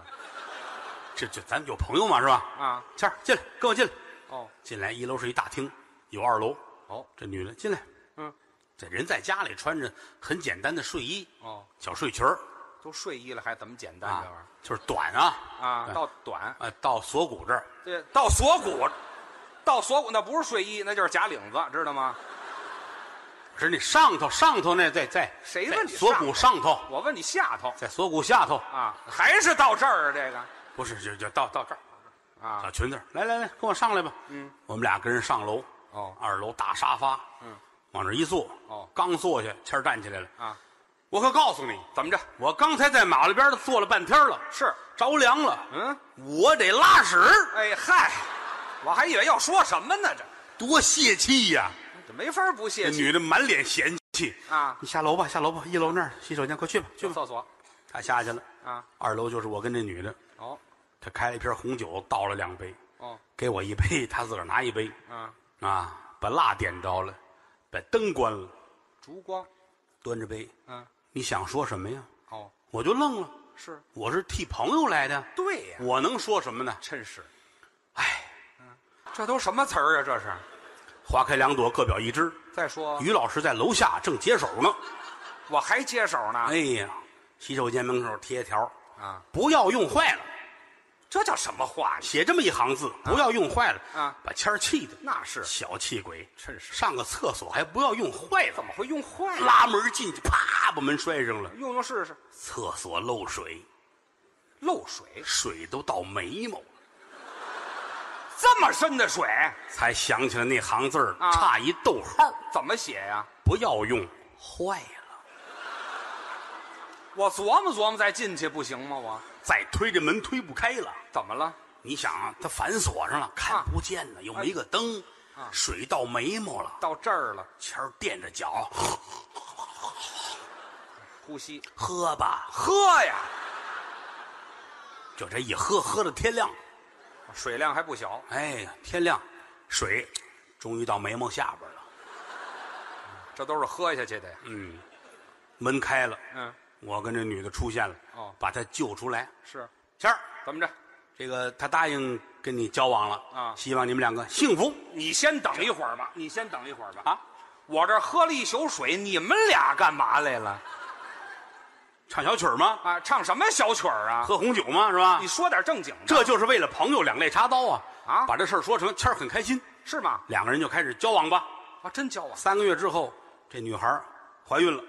[SPEAKER 1] 这这咱有朋友嘛是吧？
[SPEAKER 2] 啊，
[SPEAKER 1] 谦儿进来，跟我进来，
[SPEAKER 2] 哦
[SPEAKER 1] 进来一楼是一大厅，有二楼，
[SPEAKER 2] 哦
[SPEAKER 1] 这女的进来，
[SPEAKER 2] 嗯，
[SPEAKER 1] 这人在家里穿着很简单的睡衣，
[SPEAKER 2] 哦，
[SPEAKER 1] 小睡裙儿
[SPEAKER 2] 都睡衣了，还怎么简单这玩
[SPEAKER 1] 啊
[SPEAKER 2] 意，
[SPEAKER 1] 就是短啊，
[SPEAKER 2] 儿哎啊？
[SPEAKER 1] 哎
[SPEAKER 2] 到短，
[SPEAKER 1] 啊到锁骨这儿，
[SPEAKER 2] 对，到锁骨，到锁骨那不是睡衣，那就是假领子，知道吗？
[SPEAKER 1] 不是你上头上头那在在
[SPEAKER 2] 谁
[SPEAKER 1] 在
[SPEAKER 2] 问你
[SPEAKER 1] 锁骨上头，
[SPEAKER 2] 我问你下头
[SPEAKER 1] 在锁骨下头，
[SPEAKER 2] 啊，还是到这儿啊？这个
[SPEAKER 1] 不是就就到到这儿。
[SPEAKER 2] 啊
[SPEAKER 1] 小，裙子，来来来，跟我上来吧。
[SPEAKER 2] 嗯，
[SPEAKER 1] 我们俩跟人上楼。
[SPEAKER 2] 哦
[SPEAKER 1] 二楼大沙发。
[SPEAKER 2] 嗯，
[SPEAKER 1] 往那儿一坐。
[SPEAKER 2] 哦
[SPEAKER 1] 刚坐下，谦儿站起来了。
[SPEAKER 2] 啊，
[SPEAKER 1] 我可告诉你，
[SPEAKER 2] 怎么着？
[SPEAKER 1] 我刚才在马路边儿坐了半天了，
[SPEAKER 2] 是，
[SPEAKER 1] 着凉了，
[SPEAKER 2] 嗯，
[SPEAKER 1] 我得拉屎，
[SPEAKER 2] 哎嗨，我还以为要说什么呢，这
[SPEAKER 1] 多泄气呀！
[SPEAKER 2] 这没法不
[SPEAKER 1] 这
[SPEAKER 2] 泄气
[SPEAKER 1] 女的满脸嫌弃。
[SPEAKER 2] 啊！
[SPEAKER 1] 你下楼吧，下楼吧，一楼那儿洗手间，快去吧，去
[SPEAKER 2] 去
[SPEAKER 1] 吧。
[SPEAKER 2] 厕所
[SPEAKER 1] 她下去了。
[SPEAKER 2] 啊，
[SPEAKER 1] 二楼就是我跟这女的，
[SPEAKER 2] 哦
[SPEAKER 1] 她开了一瓶红酒，倒了两杯，
[SPEAKER 2] 哦
[SPEAKER 1] 给我一杯，她自个儿拿一杯。
[SPEAKER 2] 啊，
[SPEAKER 1] 啊，把蜡点着了，把灯关了。
[SPEAKER 2] 烛光，
[SPEAKER 1] 端着杯，
[SPEAKER 2] 嗯，
[SPEAKER 1] 你想说什么呀？
[SPEAKER 2] 哦，
[SPEAKER 1] 我就愣了，
[SPEAKER 2] 是
[SPEAKER 1] 我是替朋友来的，
[SPEAKER 2] 对呀，
[SPEAKER 1] 我能说什么呢？
[SPEAKER 2] 真是，
[SPEAKER 1] 哎，
[SPEAKER 2] 嗯这都什么词儿啊？这是。
[SPEAKER 1] 花开两朵，各表一枝。
[SPEAKER 2] 再说，
[SPEAKER 1] 于老师在楼下正解手呢。
[SPEAKER 2] 我还接手呢
[SPEAKER 1] 哎呀，洗手间门口贴条，
[SPEAKER 2] 啊！
[SPEAKER 1] 不要用坏了，
[SPEAKER 2] 这叫什么话呀？
[SPEAKER 1] 写这么一行字，不要用坏了
[SPEAKER 2] 啊
[SPEAKER 1] 把谦儿气的，
[SPEAKER 2] 那是
[SPEAKER 1] 小气鬼，
[SPEAKER 2] 真是
[SPEAKER 1] 上个厕所还不要用坏
[SPEAKER 2] 怎
[SPEAKER 1] 了，
[SPEAKER 2] 么会用坏了？
[SPEAKER 1] 拉门进去，啪把门摔上了，
[SPEAKER 2] 用用试试，
[SPEAKER 1] 厕所漏水，
[SPEAKER 2] 漏水
[SPEAKER 1] 水都到眉毛了。
[SPEAKER 2] 这么深的水
[SPEAKER 1] 才想起来那行字儿
[SPEAKER 2] 啊
[SPEAKER 1] 差一逗号，
[SPEAKER 2] 怎么写呀？
[SPEAKER 1] 不要用坏了。
[SPEAKER 2] 我琢磨琢磨再进去不行吗？我
[SPEAKER 1] 再推这门推不开了，
[SPEAKER 2] 怎么了？
[SPEAKER 1] 你想啊，它反锁上了，看不见呢，又没个灯，
[SPEAKER 2] 啊
[SPEAKER 1] 水到眉毛了，
[SPEAKER 2] 到这儿了，
[SPEAKER 1] 谦儿垫着脚
[SPEAKER 2] 呼吸，
[SPEAKER 1] 喝吧，
[SPEAKER 2] 喝呀，
[SPEAKER 1] 就这一喝，喝到天亮。
[SPEAKER 2] 水量还不小，
[SPEAKER 1] 哎呀，天亮，水终于到眉毛下边了。
[SPEAKER 2] 这都是喝下去的呀。
[SPEAKER 1] 嗯，门开了，
[SPEAKER 2] 嗯，
[SPEAKER 1] 我跟这女的出现了，
[SPEAKER 2] 哦
[SPEAKER 1] 把她救出来。
[SPEAKER 2] 是，
[SPEAKER 1] 谦儿，
[SPEAKER 2] 怎么着？
[SPEAKER 1] 这个她答应跟你交往了
[SPEAKER 2] 啊
[SPEAKER 1] 希望你们两个幸福
[SPEAKER 2] 你先等一会儿吧，你先等一会儿吧。
[SPEAKER 1] 啊！
[SPEAKER 2] 我这喝了一宿水，你们俩干嘛来了？
[SPEAKER 1] 唱小曲儿吗？
[SPEAKER 2] 啊，唱什么小曲儿啊？
[SPEAKER 1] 喝红酒吗？是吧
[SPEAKER 2] 你？说点正经的，
[SPEAKER 1] 这就是为了朋友两肋插刀啊！
[SPEAKER 2] 啊
[SPEAKER 1] 把这事儿说成，谦儿很开心，
[SPEAKER 2] 是吗？
[SPEAKER 1] 两个人就开始交往吧。
[SPEAKER 2] 啊，真教啊！
[SPEAKER 1] 三个月之后，这女孩儿怀孕了，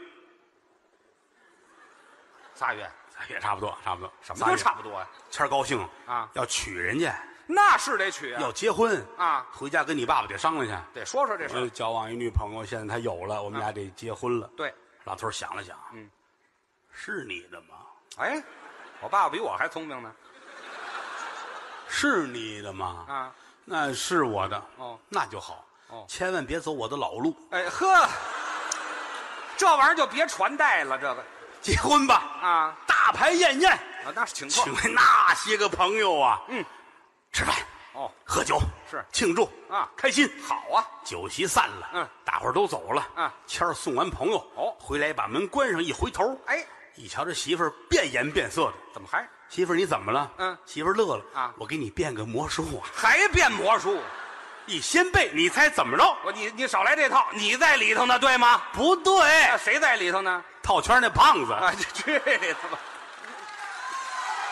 [SPEAKER 2] 仨月，
[SPEAKER 1] 哎也差不多，差不多。
[SPEAKER 2] 什
[SPEAKER 1] 仨
[SPEAKER 2] 么都
[SPEAKER 1] 月
[SPEAKER 2] 差不多呀、
[SPEAKER 1] 谦儿高兴
[SPEAKER 2] 啊
[SPEAKER 1] 要娶人家，
[SPEAKER 2] 那是得娶啊
[SPEAKER 1] 要，结婚
[SPEAKER 2] 啊
[SPEAKER 1] 回家跟你爸爸得商量去。
[SPEAKER 2] 得说说这事
[SPEAKER 1] 我
[SPEAKER 2] 儿。
[SPEAKER 1] 交往一女朋友，现在她有了，我们俩得结婚了。
[SPEAKER 2] 啊对，
[SPEAKER 1] 老头儿想了想，
[SPEAKER 2] 嗯，
[SPEAKER 1] 是你的吗？
[SPEAKER 2] 哎，我爸爸比我还聪明呢。
[SPEAKER 1] 是你的吗？
[SPEAKER 2] 啊，
[SPEAKER 1] 那是我的。
[SPEAKER 2] 哦，
[SPEAKER 1] 那就好。
[SPEAKER 2] 哦
[SPEAKER 1] 千万别走我的老路，
[SPEAKER 2] 哎呵，这玩意儿就别传代了，这个
[SPEAKER 1] 结婚吧，
[SPEAKER 2] 啊
[SPEAKER 1] 大排宴宴，
[SPEAKER 2] 啊，那是请客
[SPEAKER 1] 请来那些个朋友啊，
[SPEAKER 2] 嗯，
[SPEAKER 1] 吃饭、
[SPEAKER 2] 哦，
[SPEAKER 1] 喝酒
[SPEAKER 2] 是
[SPEAKER 1] 庆祝
[SPEAKER 2] 啊
[SPEAKER 1] 开心。
[SPEAKER 2] 好啊，
[SPEAKER 1] 酒席散了，
[SPEAKER 2] 嗯，
[SPEAKER 1] 大伙儿都走了，
[SPEAKER 2] 嗯
[SPEAKER 1] 谦儿送完朋友，
[SPEAKER 2] 哦
[SPEAKER 1] 回来把门关上，一回头，
[SPEAKER 2] 哎，
[SPEAKER 1] 一瞧这媳妇儿变颜变色的，
[SPEAKER 2] 怎么还
[SPEAKER 1] 媳妇儿你怎么了？
[SPEAKER 2] 嗯
[SPEAKER 1] 媳妇儿乐了
[SPEAKER 2] 啊
[SPEAKER 1] 我给你变个魔术啊，
[SPEAKER 2] 还变魔术？
[SPEAKER 1] 你先背，你猜怎么着？
[SPEAKER 2] 我你你少来这套，你在里头呢，对吗？哎
[SPEAKER 1] 不对，
[SPEAKER 2] 那谁在里头呢？
[SPEAKER 1] 套圈那胖子，
[SPEAKER 2] 啊啊，去去你的吧！